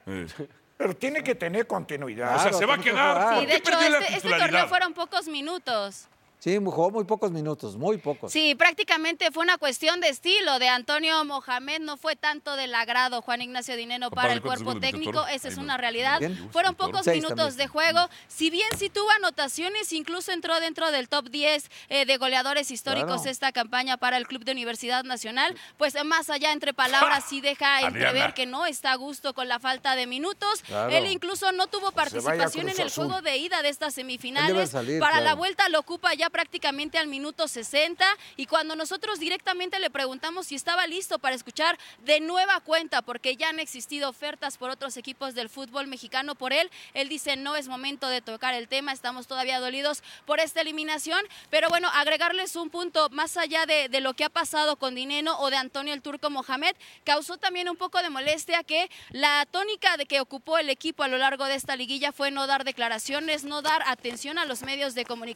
S4: Pero tiene que tener continuidad.
S2: o sea, se va a
S5: tiene que
S2: quedar.
S5: jugar.
S2: ¿Por
S6: Sí,
S2: qué
S6: de hecho,
S2: perdió la
S6: este, este
S2: titularidad?
S6: torneo fueron pocos minutos.
S5: Sí, jugó muy pocos minutos, muy pocos.
S6: Sí, prácticamente fue una cuestión de estilo de Antonio Mohamed, no fue tanto del agrado Juan Ignacio Dineno
S2: Compadre,
S6: para el
S2: ¿cuántos
S6: cuerpo
S2: segundos metió
S6: técnico,
S2: Toro?
S6: esa es
S2: Ahí
S6: una
S2: va.
S6: realidad.
S5: Bien.
S6: Fueron pocos
S5: Seis
S6: minutos
S5: también.
S6: de juego, si bien sí tuvo anotaciones, incluso entró dentro del top 10 eh, de goleadores históricos
S5: Claro.
S6: esta campaña para el Club de Universidad Nacional, pues eh, más allá entre palabras sí deja
S2: Adriana.
S6: entrever que no está a gusto con la falta de minutos.
S5: Claro.
S6: Él incluso no tuvo
S4: se vaya a
S6: participación en
S4: Cruz
S6: el juego
S4: Azul.
S6: de ida de estas semifinales.
S5: salir,
S6: para la
S5: claro.
S6: vuelta vuelta lo ocupa ya prácticamente al minuto 60 y cuando nosotros directamente le preguntamos si estaba listo para escuchar de nueva cuenta porque ya han existido ofertas por otros equipos del fútbol mexicano por él, él dice no es momento de tocar el tema, estamos todavía dolidos por esta eliminación, pero bueno, agregarles un punto más allá de, de lo que ha pasado con Dineno o de Antonio el Turco Mohamed, causó también un poco de molestia que la tónica de que ocupó el equipo a lo largo de esta liguilla fue no dar declaraciones, no dar atención a los medios de comunicación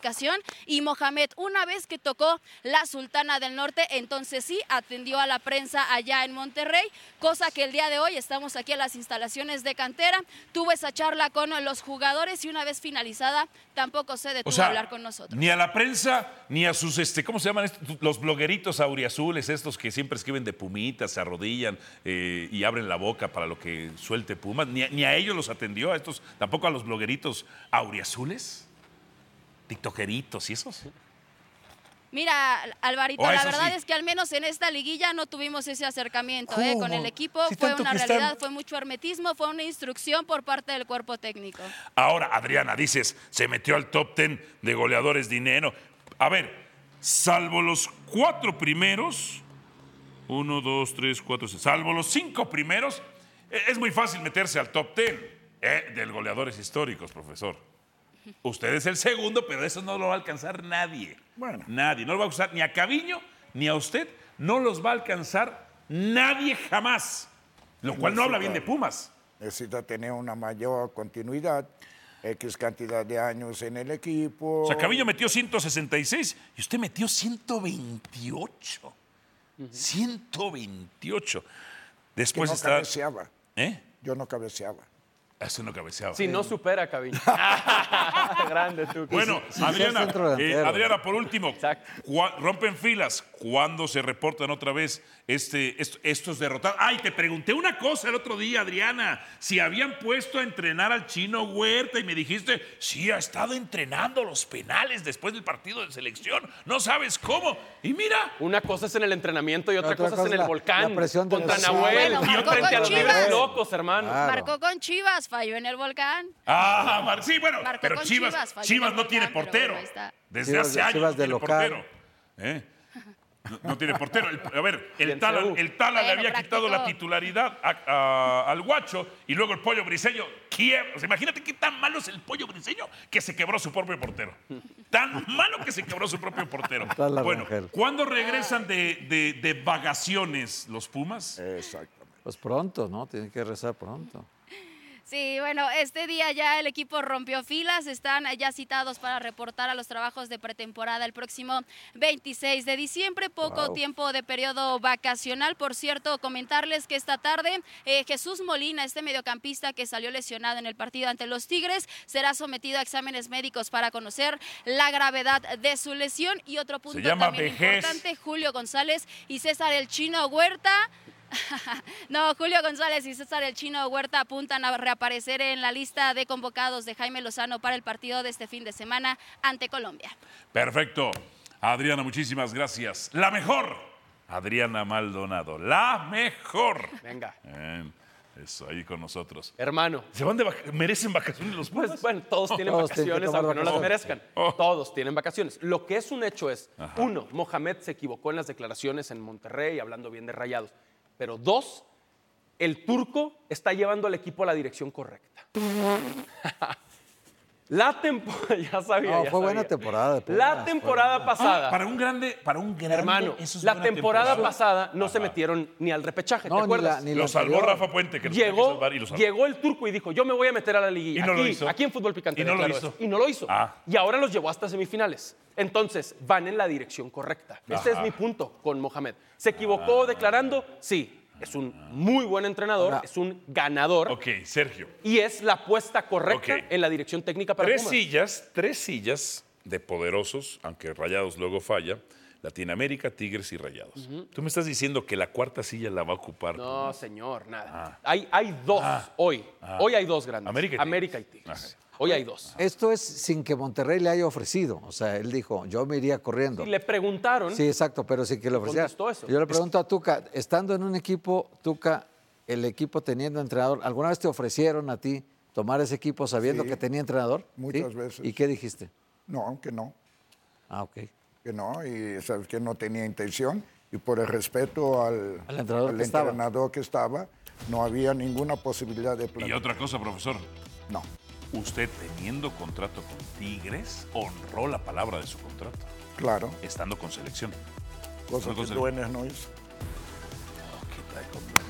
S6: y Mohamed una vez que tocó la Sultana del Norte, entonces sí atendió a la prensa allá en Monterrey, cosa que el día de hoy estamos aquí en las instalaciones de cantera, tuvo esa charla con los jugadores y una vez finalizada tampoco se detuvo
S2: O
S6: a
S2: sea,
S6: hablar con nosotros.
S2: ni a la prensa, ni a sus, este, ¿cómo se llaman estos? Los blogueritos auriazules, estos que siempre escriben de pumitas, se arrodillan eh, y abren la boca para lo que suelte Pumas. Ni, a- ni a ellos los atendió, a estos, tampoco a los blogueritos auriazules, tiktokeritos y esos.
S6: Mira, Alvarito,
S2: Oh,
S6: la
S2: eso
S6: verdad
S2: sí.
S6: es que al menos en esta liguilla no tuvimos ese acercamiento eh, con el
S2: ¿Cómo?
S6: equipo.
S2: Si
S6: fue
S2: tanto
S6: una
S2: que están-
S6: realidad, fue mucho hermetismo, fue una instrucción por parte del cuerpo técnico.
S2: Ahora, Adriana, dices, se metió al top ten de goleadores dinero. A ver, salvo los cuatro primeros, uno, dos, tres, cuatro, seis, salvo los cinco primeros, e- es muy fácil meterse al top ten eh, del goleadores históricos, profesor. Usted es el segundo, pero eso no lo va a alcanzar nadie.
S4: Bueno.
S2: Nadie. No lo va a usar ni a Caviño ni a usted. No los va a alcanzar nadie jamás. Lo cual no habla bien de Pumas.
S4: Necesita tener una mayor continuidad, X cantidad de años en el equipo.
S2: O sea, Cabillo metió 166 y usted metió 128. 128.
S4: Que no
S2: Después está.
S4: cabeceaba.
S2: ¿Eh?
S4: Yo no cabeceaba.
S2: Eso no cabeceaba.
S3: Si no supera, Cabillo. Grande tú.
S2: Bueno,
S5: sin ser
S2: Adriana,
S5: centro
S2: eh,
S5: delantero.
S2: Adriana, por último,
S3: Exacto.
S2: cua- rompen filas. ¿Cuándo se reportan otra vez este, est- estos derrotados? Ay, te pregunté una cosa el otro día, Adriana. Si habían puesto a entrenar al chino Huerta y me dijiste, sí, ha estado entrenando los penales después del partido de selección. No sabes cómo. Y mira,
S3: Una cosa es en el entrenamiento y otra, cosa, es en el
S5: la-
S3: volcán
S5: la presión de
S3: contra
S5: los-
S3: Nahuel.
S6: Bueno,
S2: Y
S3: y
S2: marcó
S3: otra
S2: con
S3: frente a los
S2: Chivas.
S3: negros locos, hermano.
S5: Ah, Claro.
S6: Marcó con Chivas, falló en el volcán.
S2: Ah, Mar- sí, bueno,
S6: Marcó
S2: pero
S6: con
S2: Chivas,
S6: Chivas,
S2: Chivas,
S6: falló en el
S2: no tiene
S6: volcán, pero
S2: portero.
S6: bueno, ahí está.
S2: Desde
S5: Chivas-
S2: hace años
S5: Chivas de
S2: no tiene
S5: local.
S2: portero. ¿Eh? No, no tiene portero. El- a ver,
S3: Y
S2: el
S3: en
S2: Tala,
S3: CU.
S2: el Tala le
S6: Bueno,
S2: había quitado la
S6: practicó.
S2: titularidad a- a- al Guacho y luego el Pollo Briseño. ¿quién? O sea, imagínate qué tan malo es el Pollo Briseño que se quebró su propio portero. Tan malo que se quebró su propio portero.
S5: Está la
S2: bueno,
S5: mujer.
S2: ¿cuándo regresan de, de- de vagaciones los Pumas?
S4: Exactamente.
S5: Pues pronto, ¿no? Tiene que rezar pronto.
S6: Sí, bueno, este día ya el equipo rompió filas, están ya citados para reportar a los trabajos de pretemporada el próximo 26 de diciembre, poco
S5: Wow.
S6: tiempo de periodo vacacional. Por cierto, comentarles que esta tarde eh, Jesús Molina, este mediocampista que salió lesionado en el partido ante los Tigres, será sometido a exámenes médicos para conocer la gravedad de su lesión. Y otro punto
S2: llama
S6: también
S2: vejez.
S6: importante, Julio González y César el Chino Huerta. No, Julio González y César el Chino Huerta apuntan a reaparecer en la lista de convocados de Jaime Lozano para el partido de este fin de semana ante Colombia.
S2: Perfecto. Adriana, muchísimas gracias. La mejor. Adriana Maldonado, la mejor.
S3: Venga.
S2: Eh, Eso, ahí con nosotros.
S3: Hermano.
S2: ¿Se van de vacaciones? ¿Merecen vacaciones los Pumas?
S3: Pues bueno, todos tienen
S5: Oh, Todos tienen que
S3: vacaciones,
S5: tomar
S3: aunque no las
S5: vacaciones.
S3: merezcan.
S2: Oh.
S3: Todos tienen vacaciones. Lo que es un hecho es, uno, Mohamed se equivocó en las declaraciones en Monterrey, hablando bien de rayados. Pero dos, el turco está llevando al equipo a la dirección correcta. la temporada, ya sabía.
S5: No,
S3: ya
S5: fue buena
S3: sabía.
S5: temporada de Pumas,
S3: La
S5: fue
S3: temporada pasada.
S2: Ah, Para un grande, para un grande.
S3: Hermano,
S2: eso es
S3: la
S2: buena
S3: temporada, pasada no se metieron ni al repechaje,
S5: No,
S3: ¿te
S5: ni
S3: acuerdas?
S5: la- ni
S2: Lo salvó
S5: anterior.
S2: Rafa Puente, que lo tenía que
S3: Llegó,
S2: salvar y lo salvó.
S3: llegó el turco y dijo, yo me voy a meter a la liguilla.
S2: Y no
S3: aquí,
S2: lo hizo.
S3: aquí en Fútbol Picante.
S2: Y no lo
S3: declaró
S2: hizo.
S3: eso. Y no lo hizo.
S2: Ah.
S3: Y ahora los llevó hasta semifinales. Entonces, van en la dirección correcta. Ese es mi punto con Mohamed. ¿Se
S2: Ah.
S3: equivocó declarando? Sí. Es un muy buen entrenador,
S5: Ahora-
S3: es un ganador
S2: Ok, Sergio.
S3: y es la apuesta correcta
S2: Ok.
S3: en la dirección técnica para
S2: Tres
S3: Pumas.
S2: sillas, tres sillas de poderosos, aunque Rayados luego falla. Latinoamérica, Tigres y Rayados. Tú me estás diciendo que la cuarta silla la va a ocupar.
S3: No, señor, nada. Hay, hay dos hoy. Hoy hay dos grandes.
S2: Ah. América y Tigres.
S3: y Tigres. Hoy hay dos.
S5: Esto es sin que Monterrey le haya ofrecido. O sea, él dijo, yo me iría corriendo.
S3: Y le preguntaron.
S5: Sí, exacto, pero sin que le ofreciera.
S3: Contestó eso.
S5: Yo le pregunto a Tuca, estando en un equipo, Tuca, el equipo teniendo entrenador, ¿alguna vez te ofrecieron a ti tomar ese equipo sabiendo
S4: Sí.
S5: que tenía entrenador?
S4: Muchas
S5: ¿Sí?
S4: veces.
S5: ¿Y qué dijiste?
S4: No, aunque no.
S5: Ah, ok.
S4: que no, y sabes que no tenía intención, y por el respeto al,
S5: Al entrenador
S4: al
S5: que estaba.
S4: entrenador que estaba, no había ninguna posibilidad de
S2: Y
S4: plantear.
S2: otra cosa, profesor.
S4: No,
S2: Usted teniendo contrato con Tigres, honró la palabra de su contrato,
S4: claro,
S2: estando con selección.
S4: cosa
S2: Una cosa-
S4: que Duenes no hizo.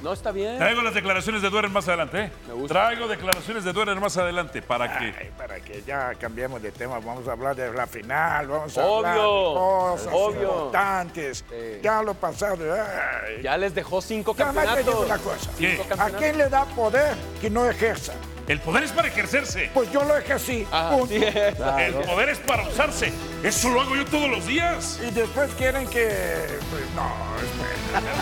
S3: No, está bien.
S2: Traigo las declaraciones de Duerner más adelante. ¿eh? Traigo declaraciones de Duerner más adelante para que...
S4: Ay, para que ya cambiemos de tema, vamos a hablar de la final, vamos a
S3: Obvio,
S4: hablar de cosas
S3: obvio.
S4: importantes. Ya lo pasado. ay.
S3: Ya les dejó cinco
S4: Nada más te digo
S3: campeonatos.
S4: una cosa.
S2: ¿Qué?
S3: Cinco
S4: ¿A
S3: campeonatos.
S4: quién le da poder que no ejerza?
S2: El poder es para ejercerse.
S4: Pues yo lo ejercí.
S3: Ah,
S4: punto.
S3: sí es.
S2: El poder es para usarse. Eso lo hago yo todos los días.
S4: Y después quieren que. Pues no, espera.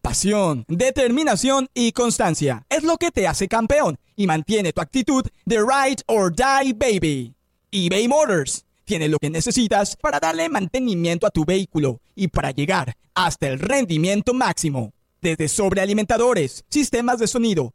S9: Pasión, determinación y constancia es lo que te hace campeón y mantiene tu actitud de ride or die baby. eBay Motors tiene lo que necesitas para darle mantenimiento a tu vehículo y para llegar hasta el rendimiento máximo. Desde sobrealimentadores, sistemas de sonido,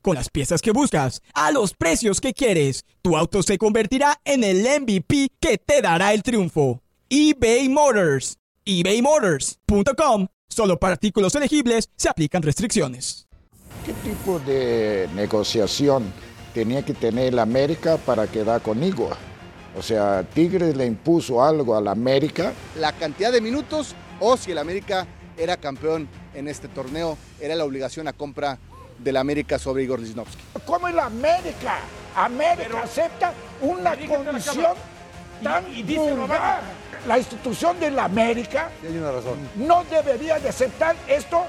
S9: Con las piezas que buscas, a los precios que quieres, tu auto se convertirá en el MVP que te dará el triunfo. eBay Motors. ebaymotors.com. Solo para artículos elegibles se aplican restricciones.
S4: ¿Qué tipo de negociación tenía que tener el América para quedar conmigo? O sea, Tigres le impuso algo al América.
S10: la cantidad de minutos o si el América era campeón en este torneo, era la obligación a compra del América sobre Igor Lisnowski.
S4: ¿Cómo el América? América acepta una condición tan vulgar. La institución del América
S5: Sí, hay una razón.
S4: no debería de aceptar esto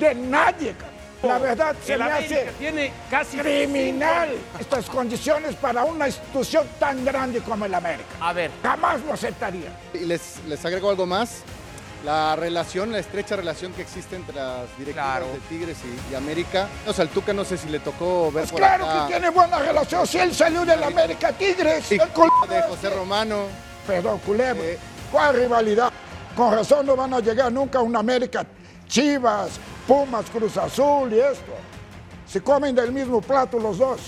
S4: de nadie. cabrón. La verdad se
S3: El
S4: me
S3: América
S4: hace
S3: tiene casi
S4: criminal estas condiciones para una institución tan grande como el América.
S3: A ver.
S4: Jamás lo aceptaría.
S10: Y les, les agrego algo más, la relación, la estrecha relación que existe entre las directivas de Tigres y, y América. O sea, al Tuca no sé si le tocó ver
S4: Pues
S10: por
S4: claro
S10: acá
S4: que tiene buena relación. Si él salió del América Tigres,
S10: y
S4: el culebro
S10: de
S4: este.
S10: José Romano.
S4: Perdón, culebro.
S10: Eh.
S4: ¿Cuál rivalidad? Con razón no van a llegar nunca a un América Chivas, Pumas, Cruz Azul y esto. Se comen del mismo plato los dos.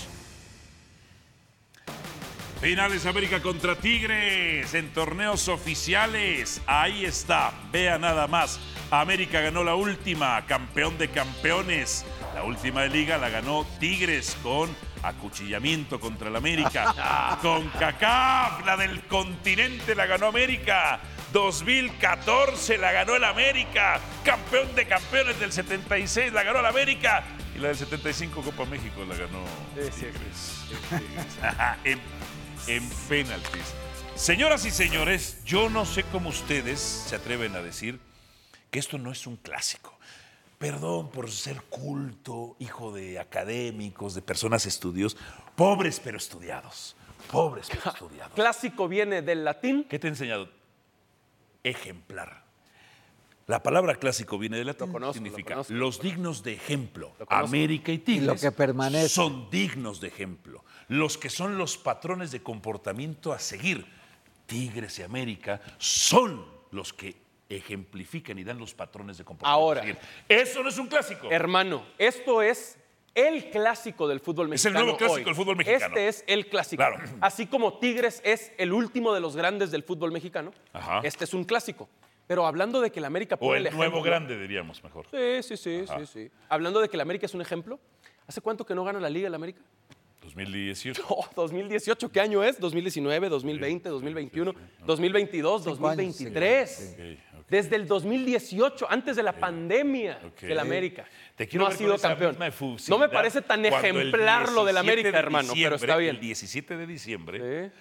S2: Finales América contra Tigres en torneos oficiales. Ahí está, vea nada más. América ganó la última, campeón de campeones. La última de liga la ganó Tigres con acuchillamiento contra el América. con CACAF, la del continente la ganó América. 2014 la ganó el América. Campeón de campeones del 76 la ganó el América. Y la del 75 Copa México la ganó Tigres. Ah, en, en penaltis. Señoras y señores, yo no sé cómo ustedes se atreven a decir que esto no es un clásico. Perdón por ser culto, hijo de académicos, de personas estudios, pobres pero estudiados. Pobres pero estudiados.
S3: Clásico viene del latín.
S2: ¿Qué te he enseñado? Ejemplar. La palabra clásico viene del latín.
S3: Lo conozco, lo
S2: significa
S3: conozco, lo
S2: los
S3: conozco.
S2: dignos de ejemplo.
S3: Lo conozco.
S2: América y Tigres.
S5: Y lo que permanece.
S2: Son dignos de ejemplo. Los que son los patrones de comportamiento a seguir. Tigres y América son los que ejemplifican y dan los patrones de comportamiento.
S3: Ahora.
S2: a seguir. Eso no es un clásico.
S3: Hermano, esto es el clásico del fútbol
S2: Es el
S3: mexicano.
S2: nuevo clásico
S3: hoy.
S2: del fútbol mexicano.
S3: Este es el clásico.
S2: Claro.
S3: Así como Tigres es el último de los grandes del fútbol mexicano,
S2: Ajá.
S3: este es un clásico. Pero hablando de que el América
S2: o
S3: pone
S2: el
S3: el
S2: nuevo
S3: ejemplo-
S2: grande, diríamos mejor.
S3: Sí, sí, sí, sí, sí. Hablando de que el América es un ejemplo, ¿hace cuánto que no gana la Liga el América?
S2: 2018.
S3: Oh, 2018, ¿qué año es? 2019, 2020, 2021, 2022,
S5: Cinco años,
S3: 2023.
S2: sí. Ok, ok.
S3: Desde el 2018, antes de la pandemia
S2: ok.
S3: del América.
S2: Te quiero
S3: no ha
S2: ver con
S3: sido
S2: esa
S3: campeón.
S2: misma efusividad
S3: No me parece tan
S2: cuando el
S3: ejemplar lo del
S2: 17
S3: América,
S2: de
S3: hermano, pero
S2: diciembre,
S3: está bien.
S2: El 17 de diciembre
S3: Sí.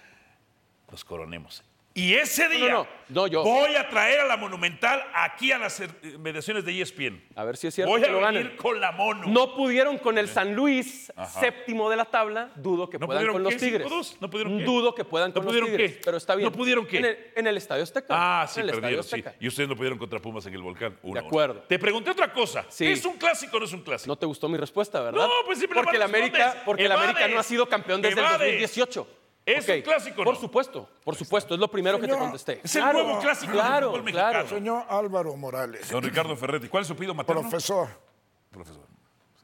S2: los coronemos. Y ese día
S3: no, no, yo-
S2: voy a traer a la Monumental aquí a las eh, mediaciones de ESPN.
S3: A ver si es cierto
S2: Voy
S3: que
S2: a
S3: lo
S2: venir
S3: ganen.
S2: con la mono.
S3: No pudieron con el San Luis,
S2: Ajá.
S3: séptimo de la tabla. Dudo que
S2: ¿No
S3: puedan
S2: pudieron
S3: con los
S2: qué?
S3: Tigres.
S2: 5-2? ¿No pudieron qué?
S3: Dudo que puedan
S2: ¿No
S3: con los
S2: pudieron
S3: Tigres.
S2: qué?
S3: Pero está bien.
S2: ¿No pudieron qué?
S3: En el, en el Estadio Azteca.
S2: Ah, sí,
S3: en el Estadio
S2: perdieron, sí.
S3: Azteca.
S2: Y ustedes no pudieron contra Pumas en el volcán. Uno, uno.
S3: acuerdo.
S2: Te pregunté otra cosa.
S3: Sí.
S2: ¿Es un clásico o no es un clásico?
S3: No te gustó mi respuesta, ¿verdad?
S2: No, pues siempre
S3: Porque el
S2: la mandas,
S3: América,
S2: evades,
S3: porque el América no ha
S2: evades,
S3: sido campeón desde
S2: evades.
S3: el 2018.
S2: ¿Es
S3: Ok,
S2: un clásico o
S3: Por
S2: no?
S3: supuesto, por supuesto, es lo primero que te
S4: Señor,
S3: contesté.
S2: es el nuevo clásico del
S3: claro,
S2: fútbol
S3: claro.
S2: mexicano.
S4: Señor Álvaro Morales,
S2: Don Ricardo Ferretti, ¿cuál es su pido materno?
S4: profesor,
S2: Profesor.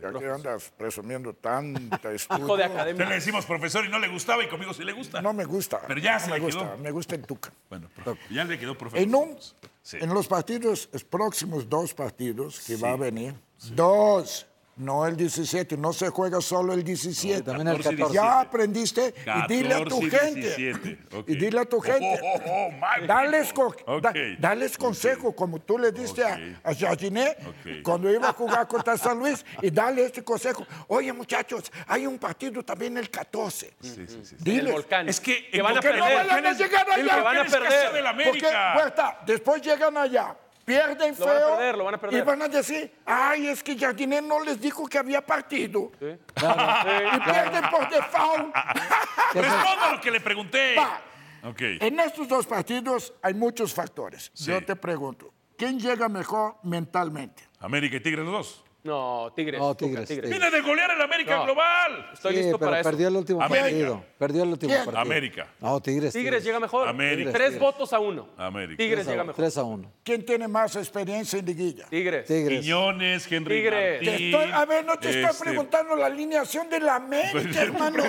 S4: ya que andas presumiendo tanta estudio.
S3: Hijo de
S2: Usted le
S3: academia.
S2: decimos profesor y no le gustaba y conmigo sí le gusta.
S4: No me gusta.
S2: Pero ya
S4: no
S2: se
S4: me
S2: le
S4: gusta,
S2: quedó.
S4: me gusta el Tuca.
S2: Bueno, profe, ya le quedó profesor.
S4: En, un-
S2: Sí.
S4: en los partidos, los próximos dos partidos que va a venir, dos, no el 17, no se juega solo el 17.
S5: también el
S2: 14 y
S5: 14.
S4: ya aprendiste y dile a tu
S2: 14 y
S4: gente.
S2: 17, ok.
S4: Y dile a tu
S2: Oh,
S4: gente.
S2: oh, oh, oh, my
S4: dales,
S2: people.
S4: co- da-
S2: Ok.
S4: dales consejo, como tú le diste a-
S2: Ok.
S4: a, Jardiné
S2: Ok.
S4: cuando iba a jugar contra San Luis, y dale este consejo. Oye, muchachos, hay un partido también el 14.
S2: Sí, sí, sí.
S3: El
S4: Diles.
S3: volcán.
S2: Es que
S3: Que
S2: el
S3: van a
S2: volcán
S4: no
S3: perder.
S4: van a llegar
S3: El que
S4: allá.
S3: van a
S2: Es casa
S3: perder.
S2: del
S4: Porque,
S2: América.
S4: Huerta, después llegan allá, pierden feo.
S3: Lo van a perder, lo van a perder.
S4: Y van a decir, ay, es que Jardiné no les dijo que había partido. y pierden por default.
S2: oh. Responda lo que le pregunté.
S4: Va.
S2: Ok.
S4: en estos dos partidos hay muchos factores.
S2: Sí.
S4: Yo te pregunto, ¿quién llega mejor mentalmente?
S2: América y Tigres los dos.
S3: No, Tigres.
S5: No,
S3: Tuca,
S5: Tigres, Tigres.
S2: Viene de golear al América
S3: No.
S2: global.
S3: Estoy
S5: Sí,
S3: listo
S5: pero
S3: para eso.
S5: perdió el último
S2: América.
S5: partido. Perdió el último
S4: ¿Quién?
S5: partido.
S2: América.
S5: No, Tigres.
S3: Tigres llega mejor.
S2: América.
S3: Tres
S2: Tigres.
S3: votos a uno.
S2: América.
S3: Tigres llega mejor.
S5: 3 a 1.
S4: ¿Quién tiene más experiencia en liguilla?
S3: Tigres.
S5: Tigres.
S2: Quiñones, Henry
S3: Tigres.
S2: Martín,
S4: Te estoy- a ver, no te estoy
S2: este,
S4: preguntando la alineación de la América, hermano.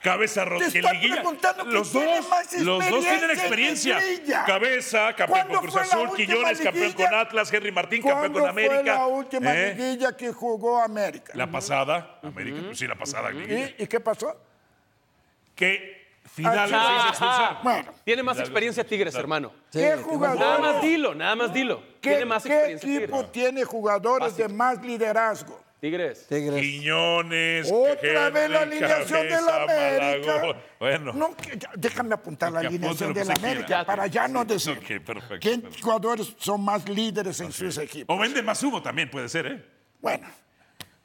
S2: Cabeza
S4: Te
S2: Rodríguez.
S4: estoy preguntando quién
S2: los
S4: tiene
S2: dos,
S4: más
S2: los dos
S4: experiencia
S2: tienen
S4: en
S2: experiencia.
S4: liguilla.
S2: Cabeza, campeón
S4: ¿Cuándo
S2: con Cruz
S4: fue la
S2: Azul,
S4: última
S2: Quiñones, campeón
S4: liguilla?
S2: con Atlas, Henry Martín, campeón
S4: ¿Cuándo
S2: con América.
S4: fue la última
S2: ¿Eh?
S4: liguilla que jugó América?
S2: La pasada, América, pues sí, la pasada. liguilla.
S4: ¿Y, y qué pasó? Ah,
S2: Que finales se
S3: Ah,
S2: hizo expulsar.
S4: Bueno,
S3: Tiene más experiencia Tigres, hermano.
S4: ¿qué
S5: Sí,
S3: Nada
S4: jugador?
S3: más dilo, nada más dilo.
S4: ¿Qué,
S3: Tiene más
S4: qué
S3: experiencia
S4: equipo
S3: Tigres.
S4: tiene jugadores de más liderazgo?
S3: Tigres.
S5: Tigres.
S2: Quiñones,
S4: Otra vez la
S2: Henry,
S4: alineación de la
S2: Cabeza,
S4: América.
S2: Malagón. Bueno,
S4: No, que- ya, déjame apuntar la
S2: Que apunte
S4: alineación
S2: lo que
S4: de la
S2: usted
S4: América
S2: quiera.
S4: para ya no decir
S2: ok, perfecto.
S4: qué
S2: perfecto.
S4: jugadores son más líderes en sus equipos.
S2: O vende más humo también, puede ser, ¿eh?
S4: Bueno,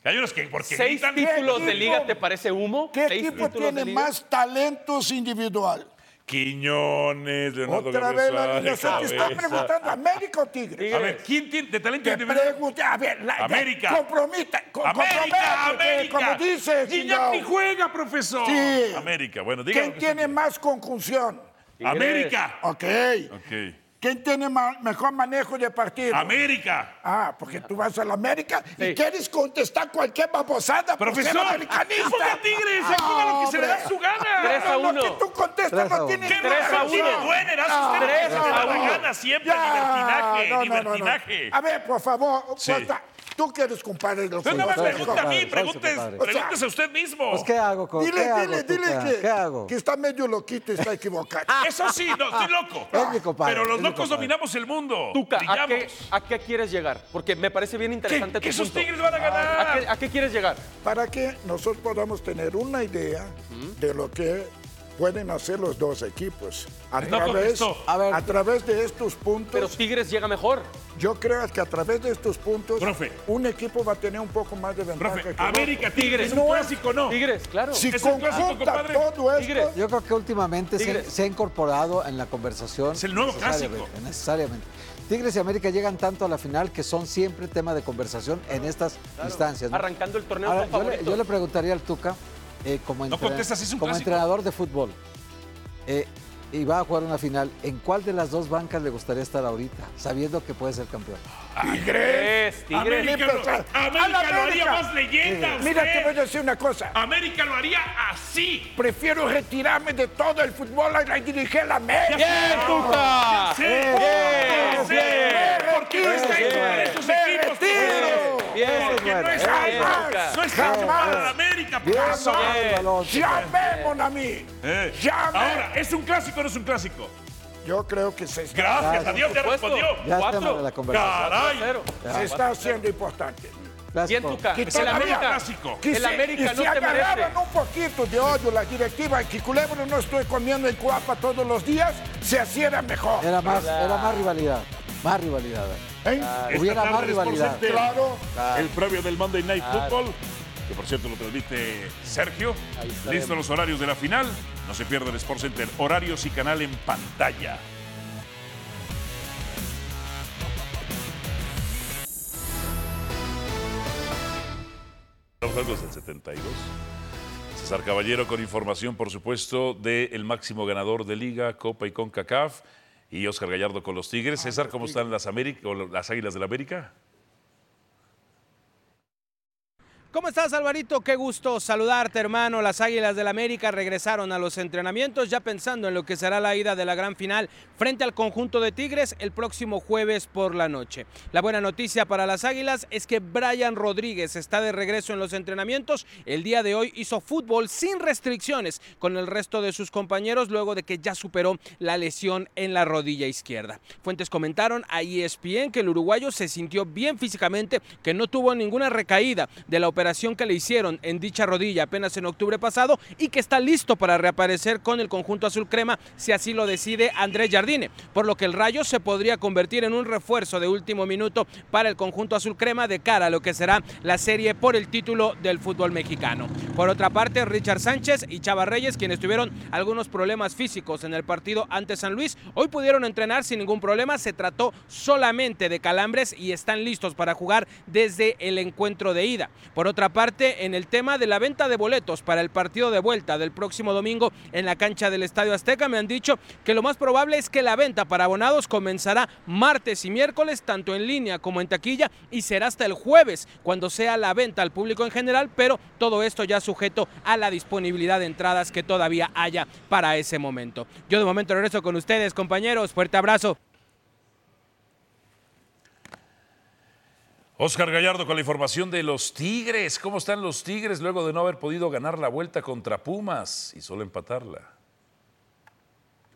S2: Hay unos que porque
S3: ¿Seis
S2: gritan-
S3: títulos de
S4: equipo?
S3: liga te parece humo?
S4: ¿qué
S3: ¿Seis
S4: equipo
S3: títulos de
S4: tiene
S3: liga?
S4: más talentos individual?
S2: Quiñones, Leonardo
S4: Otra
S2: Gabriel
S4: vez la
S2: Suárez,
S4: alineación. Te está
S2: Cabeza.
S4: preguntando América o Tigres.
S2: A ver, ¿quién tiene de talento
S4: Te
S2: individual?
S4: pregunté, a ver, la,
S2: América.
S4: Compromita, co-
S2: América,
S4: comprométete,
S2: América.
S4: como dices.
S2: Y ya
S4: chingao.
S2: ni juega, profesor.
S4: Sí.
S2: América, bueno, diga. lo
S4: ¿Quién
S2: que
S4: tiene
S2: usted
S4: más conjunción?
S2: quiera. América.
S4: Ok.
S2: Ok.
S4: ¿Quién tiene ma- mejor manejo de partido?
S2: América.
S4: Ah, porque tú vas a la América
S3: Sí.
S4: y quieres contestar cualquier babosada por ser
S2: Profesor,
S4: americanista. Ah,
S2: ponga Tigres, aquí va lo que se le da
S4: hombre.
S2: su gana.
S3: Tres a
S4: No,
S3: uno.
S4: Lo que tú contestas
S5: Tres a
S4: no
S5: uno.
S4: tiene
S2: ¿Qué
S3: Tres a
S2: más
S3: uno.
S2: tiene bueno? Era usted
S4: Tres
S2: le
S4: a
S2: da
S4: uno.
S2: la gana siempre,
S4: Ya,
S2: libertinaje,
S4: no, no, no, no.
S2: libertinaje.
S4: A ver, por favor,
S2: Sí.
S4: Huerta, tú que eres compadre de los
S2: No, no me
S4: jugadores.
S2: pregunta a mí,
S5: compadre,
S2: preguntes,
S5: compadre.
S2: pregúntese a usted mismo.
S5: Pues, ¿qué hago? co-
S4: Dile,
S5: ¿qué hago,
S4: dile,
S5: Tuca?
S4: dile que,
S5: ¿Qué hago?
S4: que está medio loquito y está equivocado.
S2: Eso sí, no, estoy loco.
S5: Es mi compadre,
S2: Pero los
S5: es mi
S2: locos
S5: compadre.
S2: dominamos el mundo.
S3: Tuca, ¿a
S2: Brillamos.
S3: qué, ¿a qué quieres llegar? Porque me parece bien interesante
S2: Que-
S3: tu
S2: que esos
S3: punto. Ah,
S2: Tigres van a ganar.
S3: ¿A qué, a qué quieres llegar?
S4: Para que nosotros podamos tener una idea de lo que pueden hacer los dos equipos. A,
S3: No
S4: través,
S3: contestó.
S4: a, ver, a través de estos puntos,
S3: Pero Tigres llega mejor.
S4: yo creo que a través de estos puntos,
S2: Profe.
S4: un equipo va a tener un poco más de ventaja.
S2: Profe,
S4: que el otro.
S2: América Tigres, es
S4: No
S2: un
S4: es-
S2: clásico, ¿no?
S3: Tigres, claro.
S4: Si
S2: es un clásico,
S4: conjunta
S2: compadre.
S4: todo esto,
S3: Tigres.
S5: Yo creo que últimamente se,
S3: Tigres.
S5: se ha incorporado en la conversación.
S2: Es el nuevo
S5: necesariamente,
S2: clásico.
S5: Necesariamente. Tigres y América llegan tanto a la final que son siempre tema de conversación en estas instancias. ¿no?
S3: Arrancando el torneo
S5: Ahora,
S3: son
S5: yo, le,
S3: favoritos.
S5: yo le preguntaría al Tuca, eh, como,
S2: No
S5: entrenador-
S2: contestas, es un
S5: como
S2: clásico.
S5: entrenador de fútbol, eh, y va a jugar una final, ¿en cuál de las dos bancas le gustaría estar ahorita, sabiendo que puede ser campeón?
S3: Tigres, Tigres.
S2: América, lo,
S4: Tigres.
S2: América
S4: ¡A la
S2: lo haría
S4: América!
S2: más leyenda.
S4: mira,
S2: usted.
S4: te voy a decir una cosa.
S2: América lo haría así.
S4: Prefiero retirarme de todo el fútbol y dirigir la América.
S3: ¡Bien, Tuca!
S2: Sí,
S4: eh,
S2: sí,
S4: eh,
S2: porque no está
S4: eh,
S2: igual en sus
S4: eh,
S2: equipos.
S4: retiro.
S3: Bien,
S2: Porque no es
S4: bueno.
S2: igual,
S4: Eh,
S2: no es
S4: Tuca.
S2: igual a la América. por
S4: Bien,
S2: eso.
S4: bien.
S5: Balón,
S4: ¡Llame, mon ami!
S2: Eh,
S4: ¡Llame!
S2: Ahora, ¿es un clásico o no es un clásico?
S4: Yo creo que se está,
S2: Gracias a Dios ya
S3: supuesto.
S2: respondió.
S5: Ya está
S3: Cuatro.
S5: en la conversación.
S2: Caray.
S3: Cero.
S4: se está haciendo importante.
S5: Gracias
S3: Bien,
S5: por-
S3: Tuca.
S4: Que
S3: El
S4: todavía
S3: América.
S2: clásico.
S4: Que
S3: El
S4: se-
S3: América
S4: y
S3: no
S4: se
S3: te merece.
S4: agarraban un poquito de odio la directiva y que Culebro no estoy comiendo en Cuapa todos los días, se hiciera mejor.
S5: Era más, era más rivalidad, más rivalidad.
S4: ¿eh?
S2: Esta
S5: Hubiera
S2: tarde
S5: más
S2: en Sports
S5: rivalidad.
S2: Center,
S4: Claro.
S2: El previo del Monday Night Football, que por cierto lo transmite Sergio. Listos los horarios de la final. No se pierda el Sports Center. Horarios y canal en pantalla. Estamos hablando del 72. César Caballero con información, por supuesto, del máximo ganador de Liga, Copa y CONCACAF. Y Oscar Gallardo con Ah, los Tigres. César, ¿cómo están las, América, o las Águilas del América?
S11: ¿Cómo estás, Alvarito? Qué gusto saludarte, hermano. Las Águilas del América regresaron a los entrenamientos ya pensando en lo que será la ida de la gran final frente al conjunto de Tigres el próximo jueves por la noche. La buena noticia para las Águilas es que Brian Rodríguez está de regreso en los entrenamientos. El día de hoy hizo fútbol sin restricciones con el resto de sus compañeros luego de que ya superó la lesión en la rodilla izquierda. Fuentes comentaron a E ESPN que el uruguayo se sintió bien físicamente, que no tuvo ninguna recaída de la operación que le hicieron en dicha rodilla apenas en octubre pasado y que está listo para reaparecer con el conjunto azul crema si así lo decide Andrés Jardine, por lo que el Rayo se podría convertir en un refuerzo de último minuto para el conjunto azul crema de cara a lo que será la serie por el título del fútbol mexicano. Por otra parte, Richard Sánchez y Chava Reyes, quienes tuvieron algunos problemas físicos en el partido ante San Luis, hoy pudieron entrenar sin ningún problema. Se trató solamente de calambres y están listos para jugar desde el encuentro de ida. Por otra parte, en el tema de la venta de boletos para el partido de vuelta del próximo domingo en la cancha del Estadio Azteca, me han dicho que lo más probable es que la venta para abonados comenzará martes y miércoles, tanto en línea como en taquilla, y será hasta el jueves cuando sea la venta al público en general, pero todo esto ya sujeto a la disponibilidad de entradas que todavía haya para ese momento. Yo de momento regreso con ustedes, compañeros. Fuerte abrazo.
S2: Oscar Gallardo con la información de los Tigres. ¿Cómo están los Tigres luego de no haber podido ganar la vuelta contra Pumas y solo empatarla?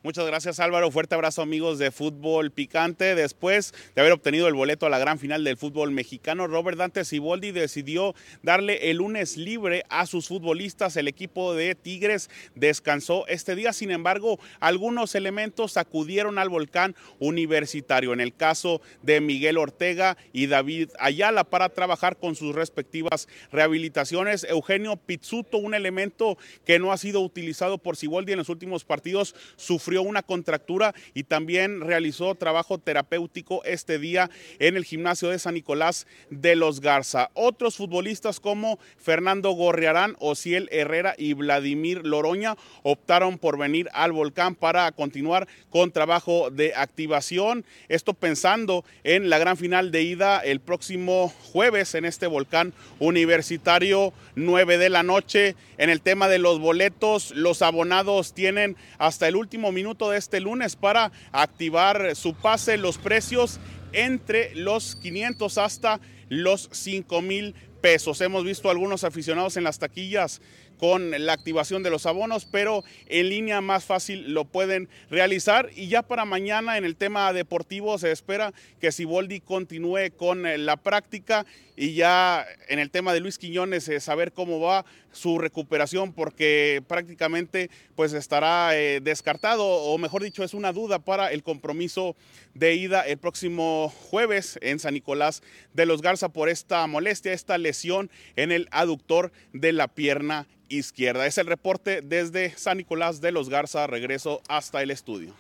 S12: Muchas gracias Álvaro, fuerte abrazo amigos de Fútbol Picante. Después de haber obtenido el boleto a la gran final del fútbol mexicano, Robert Dante Siboldi decidió darle el lunes libre a sus futbolistas. El equipo de Tigres descansó este día, sin embargo, algunos elementos acudieron al volcán universitario, en el caso de Miguel Ortega y David Ayala, para trabajar con sus respectivas rehabilitaciones. Eugenio Pizzuto, un elemento que no ha sido utilizado por Siboldi en los últimos partidos, sufrió una contractura y también realizó trabajo terapéutico este día en el gimnasio de San Nicolás de los Garza. Otros futbolistas como Fernando Gorriarán, Ociel Herrera y Vladimir Loroña optaron por venir al volcán para continuar con trabajo de activación. Esto pensando en la gran final de ida el próximo jueves en este volcán universitario, 9 de la noche. En el tema de los boletos, los abonados tienen hasta el último minuto de este lunes para activar su pase. Los precios entre los 500 hasta los 5 mil pesos. Hemos visto algunos aficionados en las taquillas con la activación de los abonos, pero en línea más fácil lo pueden realizar. Y ya para mañana en el tema deportivo se espera que Siboldi continúe con eh, la práctica y ya en el tema de Luis Quiñones eh, saber cómo va su recuperación porque prácticamente pues estará eh, descartado o mejor dicho es una duda para el compromiso de ida el próximo jueves en San Nicolás de los Garza por esta molestia, esta lesión en el aductor de la pierna izquierda. Es el reporte desde San Nicolás de los Garza, regreso hasta el estudio.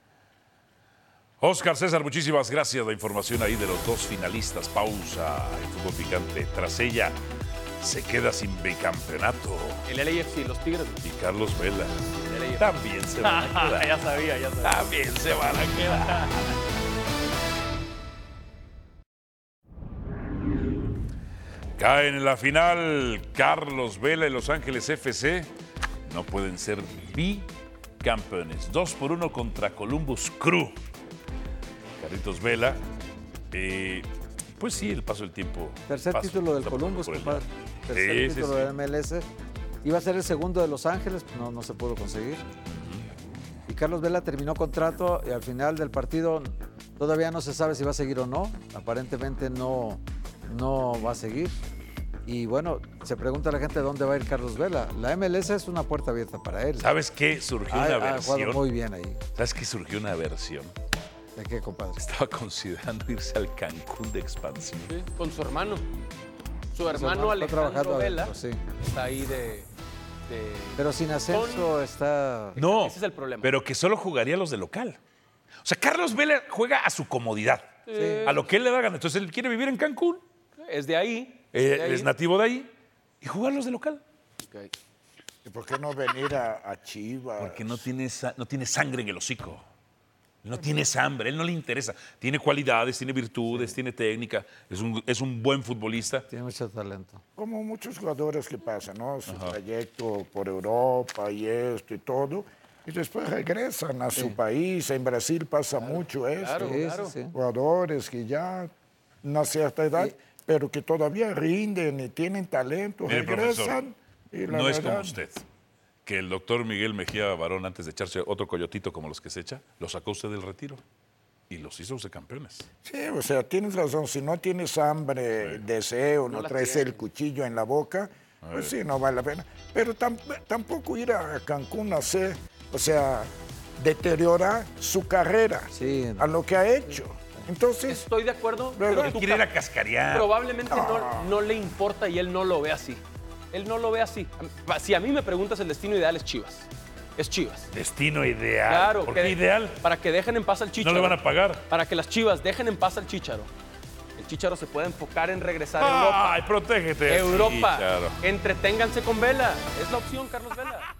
S2: Oscar César, muchísimas gracias. La información ahí de los dos finalistas. Pausa en fútbol picante. Tras ella se queda sin bicampeonato.
S3: El LAFC, los Tigres.
S2: Y Carlos Vela. También se van a quedar.
S3: ya sabía, ya sabía.
S2: También se van a quedar. Caen en la final Carlos Vela y Los Ángeles FC. No pueden ser bicampeones. Dos por uno contra Columbus Crew. Carlitos Vela. eh, pues sí, el paso del tiempo.
S5: Tercer
S2: pasa,
S5: título del
S2: está
S5: Columbus,
S2: por el-
S5: compadre.
S2: Sí,
S5: Tercer
S2: sí,
S5: título
S2: sí.
S5: de MLS. Iba a ser el segundo de Los Ángeles, no, no se pudo conseguir. Y Carlos Vela terminó contrato y al final del partido todavía no se sabe si va a seguir o no. Aparentemente no, no va a seguir. Y bueno, se pregunta la gente dónde va a ir Carlos Vela. La MLS es una puerta abierta para él.
S2: ¿Sabes qué? Surgió
S5: Ha-
S2: una
S5: ha jugado
S2: versión.
S5: muy bien ahí.
S2: ¿Sabes qué surgió una versión?
S5: ¿De qué, compadre?
S2: Estaba considerando irse al Cancún de expansión.
S3: Sí, Con su hermano. Su
S5: Su
S3: hermano
S5: hermano está
S3: Alejandro
S5: trabajando
S3: Vela
S5: adentro,
S3: está ahí de, de-
S5: Pero sin ascenso está...
S2: No.
S3: Ese es el problema.
S2: Pero que solo jugaría los de local. O sea, Carlos Vela juega a su comodidad,
S3: Sí.
S2: a lo que él le da ganas. Entonces él quiere vivir en Cancún,
S3: Es de ahí.
S2: eh,
S3: de ahí.
S2: es nativo de ahí, y jugar los de local.
S4: ¿Y por qué no venir a, a Chivas?
S2: Porque no tiene, sa- no tiene sangre en el hocico. No tiene hambre, él no le interesa. Tiene cualidades, tiene virtudes, tiene técnica, es un, es un buen futbolista.
S5: Tiene mucho talento.
S4: Como muchos jugadores que pasan, ¿no? Su trayecto por Europa y esto y todo. Y después regresan a su país. En Brasil pasa mucho eso.
S5: claro, Sí, sí, claro. sí.
S4: Jugadores que ya una cierta edad, pero que todavía rinden y tienen talento,
S2: Mire, profesor,
S4: regresan. y la
S2: no es como
S4: verdad,
S2: usted. Que el doctor Miguel Mejía Barón, antes de echarse otro coyotito como los que se echa, lo sacó usted del retiro y los hizo usted campeones.
S4: Sí, o sea, tienes razón. Si no tienes hambre, deseo, no,
S2: la
S4: traes el cuchillo en la boca, pues sí, no vale la pena. Pero tam- tampoco ir a Cancún a hacer, o sea, deteriorar su carrera a lo que ha hecho. Entonces,
S3: Estoy de acuerdo.
S4: ¿Verdad?
S3: pero tu
S4: Quiere ir a
S3: cap-
S2: cascarear. Ah.
S3: Probablemente no, no le importa y él no lo ve así. Él no lo ve así. Pa- Si a mí me preguntas, el destino ideal es Chivas. Es Chivas.
S2: Destino ideal.
S3: Claro.
S2: ¿Por
S3: que-
S2: qué ideal?
S3: Para que dejen en paz al Chicharo.
S2: van a pagar.
S3: Para que las Chivas dejen en paz al Chicharo. El Chicharo se puede enfocar en regresar a Europa.
S2: ¡Ay, protégete!
S3: Europa.
S2: Sí, claro.
S3: Entreténganse con Vela. Es la opción, Carlos Vela.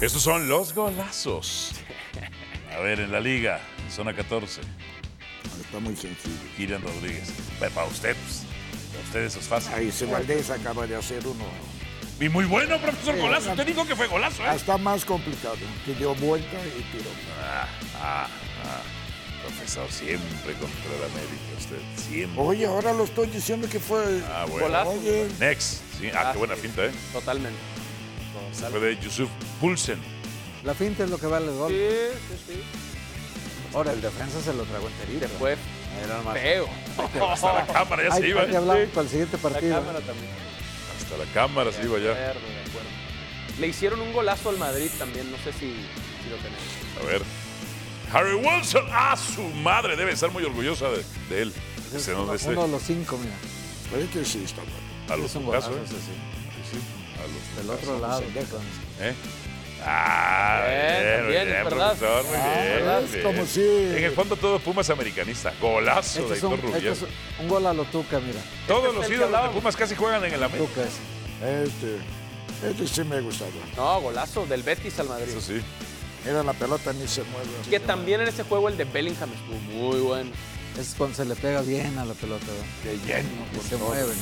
S2: Estos son los golazos. A ver, en la liga, zona 14.
S4: Está muy sencillo.
S2: Kirian Rodríguez. Pero Para usted, pues, para usted eso es fácil.
S4: ahí se Valdés acaba de hacer uno.
S2: Y muy bueno, profesor,
S4: Sí,
S2: golazo.
S4: una-
S2: Usted dijo que fue golazo, ¿eh?
S4: Está más complicado, que dio vuelta y tiró.
S2: Ah, ah, ah. Profesor, siempre contra el América, usted, siempre.
S4: Oye, ahora lo estoy diciendo que fue
S2: Ah, bueno.
S4: Oye,
S2: Next. Sí, ah, qué buena pinta, ¿eh?
S3: Totalmente.
S2: Se fue de Yusuf Pulsen.
S5: La finta es lo que vale el gol.
S3: sí, sí.
S5: Ahora, el defensa se lo tragó enterito. Se
S3: fue
S5: Era nomás.
S3: Feo.
S2: Hasta la cámara ya se
S5: Ahí
S2: iba.
S5: te
S2: ¿eh?
S5: hablamos para el siguiente partido.
S3: cámara
S4: ¿eh?
S3: también.
S2: Hasta la cámara se iba
S3: De
S2: ya.
S3: acuerdo, de acuerdo. Le hicieron un golazo al Madrid también, no sé si, si lo tenemos.
S2: A ver. Harry Wilson, a su madre, debe estar muy orgullosa de, de él.
S5: Es
S2: Ese, no,
S5: uno,
S2: ese-
S5: uno de los cinco, mira.
S4: oye que Este sí, está bueno.
S2: a los
S5: es un
S2: putazos,
S5: golazo, ese
S2: ¿eh?
S5: sí.
S2: Sí, sí, a los
S5: Del
S2: putazos,
S5: otro lado.
S2: ¿eh? Ah,
S3: Bien,
S2: bien, muy
S3: también,
S2: bien,
S3: es verdad.
S2: profesor,
S5: Ah,
S2: muy bien,
S4: ¿verdad?
S2: muy bien.
S4: Como si-
S2: En el fondo todo Pumas americanista.
S5: Este
S2: Golazo de
S5: es, un,
S2: Héctor
S5: este
S2: Rubiel.
S5: es un este gol a lo Tuca, mira.
S2: Todos
S3: es el
S2: los
S3: que
S2: ídolos de
S3: hablábamos.
S2: Pumas casi juegan en el América.
S5: Tuca ese.
S4: Este, este sí me ha gustado.
S3: No, golazo del Betis al Madrid.
S2: Eso sí.
S4: Mira, la pelota ni se mueve.
S3: Que también en ese juego el de Bellingham estuvo muy bueno.
S5: Es cuando se le pega bien a la pelota, ¿verdad?
S4: De lleno.
S5: Que
S3: pues,
S4: con
S5: se
S4: todo.
S5: mueven.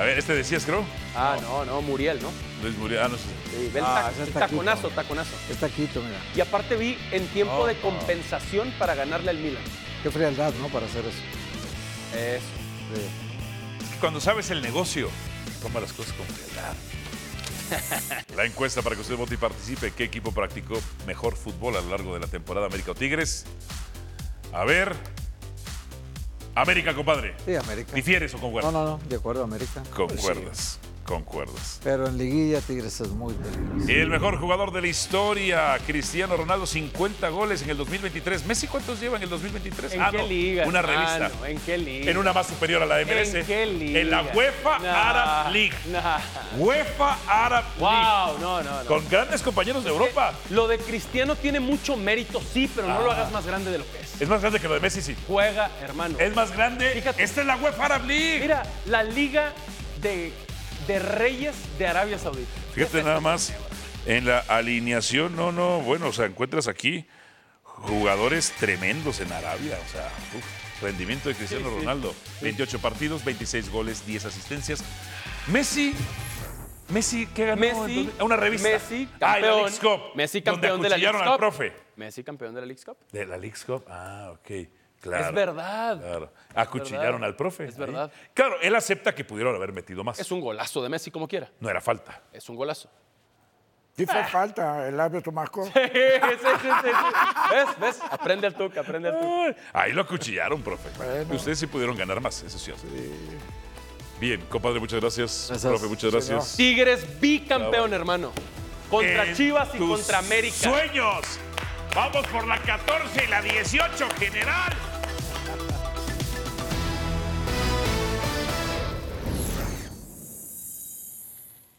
S2: A ver, este decías, creo.
S3: Ah, no, no, Muriel, ¿no?
S2: Luis Muriel. Ah, no sé.
S3: Sí, ve el
S5: Ah,
S3: tac-
S5: ese es
S3: taconazo,
S5: taquito.
S3: taconazo.
S5: Está quito, mira.
S3: Y aparte vi en tiempo
S2: Oh,
S3: de
S2: no.
S3: compensación para ganarle al Milan.
S5: Qué frialdad, ¿no? Para hacer eso.
S3: Eso.
S2: Cuando sabes el negocio, toma las cosas con frialdad. La encuesta para que usted vote y participe. ¿Qué equipo practicó mejor fútbol a lo largo de la temporada América o Tigres? A ver. América, compadre.
S5: Sí, América.
S2: ¿Difieres o concuerdas?
S5: No, no, no, de acuerdo, América.
S2: Concuerdas, concuerdas.
S5: Pero en liguilla Tigres es muy peligroso.
S2: Y el mejor jugador de la historia, Cristiano Ronaldo, 50 goles en el 2023. ¿Messi cuántos lleva en el 2023?
S3: ¿En
S2: Ah,
S3: qué
S2: no,
S3: liga? Ah,
S2: Una revista.
S3: hermano? ¿En qué liga?
S2: En una más superior a la MLS.
S3: ¿En qué liga?
S2: En la UEFA
S3: No,
S2: Arab League.
S3: no.
S2: UEFA Arab League.
S3: Wow, no, no, no.
S2: Con grandes compañeros de Europa.
S3: Lo de Cristiano tiene mucho mérito, sí, pero no lo
S2: Ah.
S3: hagas más grande de lo que es.
S2: Es más grande que lo de Messi, sí.
S3: Juega, hermano.
S2: Es más grande. Esta es la UEFA Arab League.
S3: Mira, la liga de, de reyes de Arabia Saudita.
S2: Fíjate nada más, en la alineación, no, no, bueno, o sea, encuentras aquí jugadores tremendos en Arabia, o sea, uf, rendimiento de Cristiano
S3: Sí, sí.
S2: Ronaldo, 28 partidos, 26 goles, 10 asistencias. Messi, Messi, ¿qué ganó?
S3: Messi,
S2: en dos- una revista.
S3: Messi,
S2: Ah, en la
S3: campeón.
S2: Leagues Cup,
S3: Messi,
S2: donde
S3: campeón de la
S2: acuchillaron
S3: Leagues
S2: al
S3: Cup.
S2: profe.
S3: Messi, campeón de la Leagues Cup.
S2: De la Leagues Cup, ah, ok, claro.
S3: Es verdad.
S2: Claro. Acuchillaron
S3: verdad.
S2: al profe.
S3: Es
S2: ahí.
S3: verdad.
S2: Claro, él acepta que pudieron haber metido más.
S3: Es un golazo de Messi, como quiera.
S2: No era falta.
S3: Es un golazo.
S13: Sí fue falta, el árbitro marcó.
S3: Sí, sí, sí, sí, sí. ¿Ves? ¿Ves? Aprende el tuca, aprende el tuca.
S2: Ahí lo acuchillaron, profe. Ustedes sí pudieron ganar más, eso sí. Bien, compadre, muchas gracias. Profe, muchas gracias.
S3: Tigres bicampeón, hermano. Contra
S2: En
S3: Chivas y
S2: tus
S3: contra América.
S2: ¡Sueños! Vamos por la 14 y la 18, general.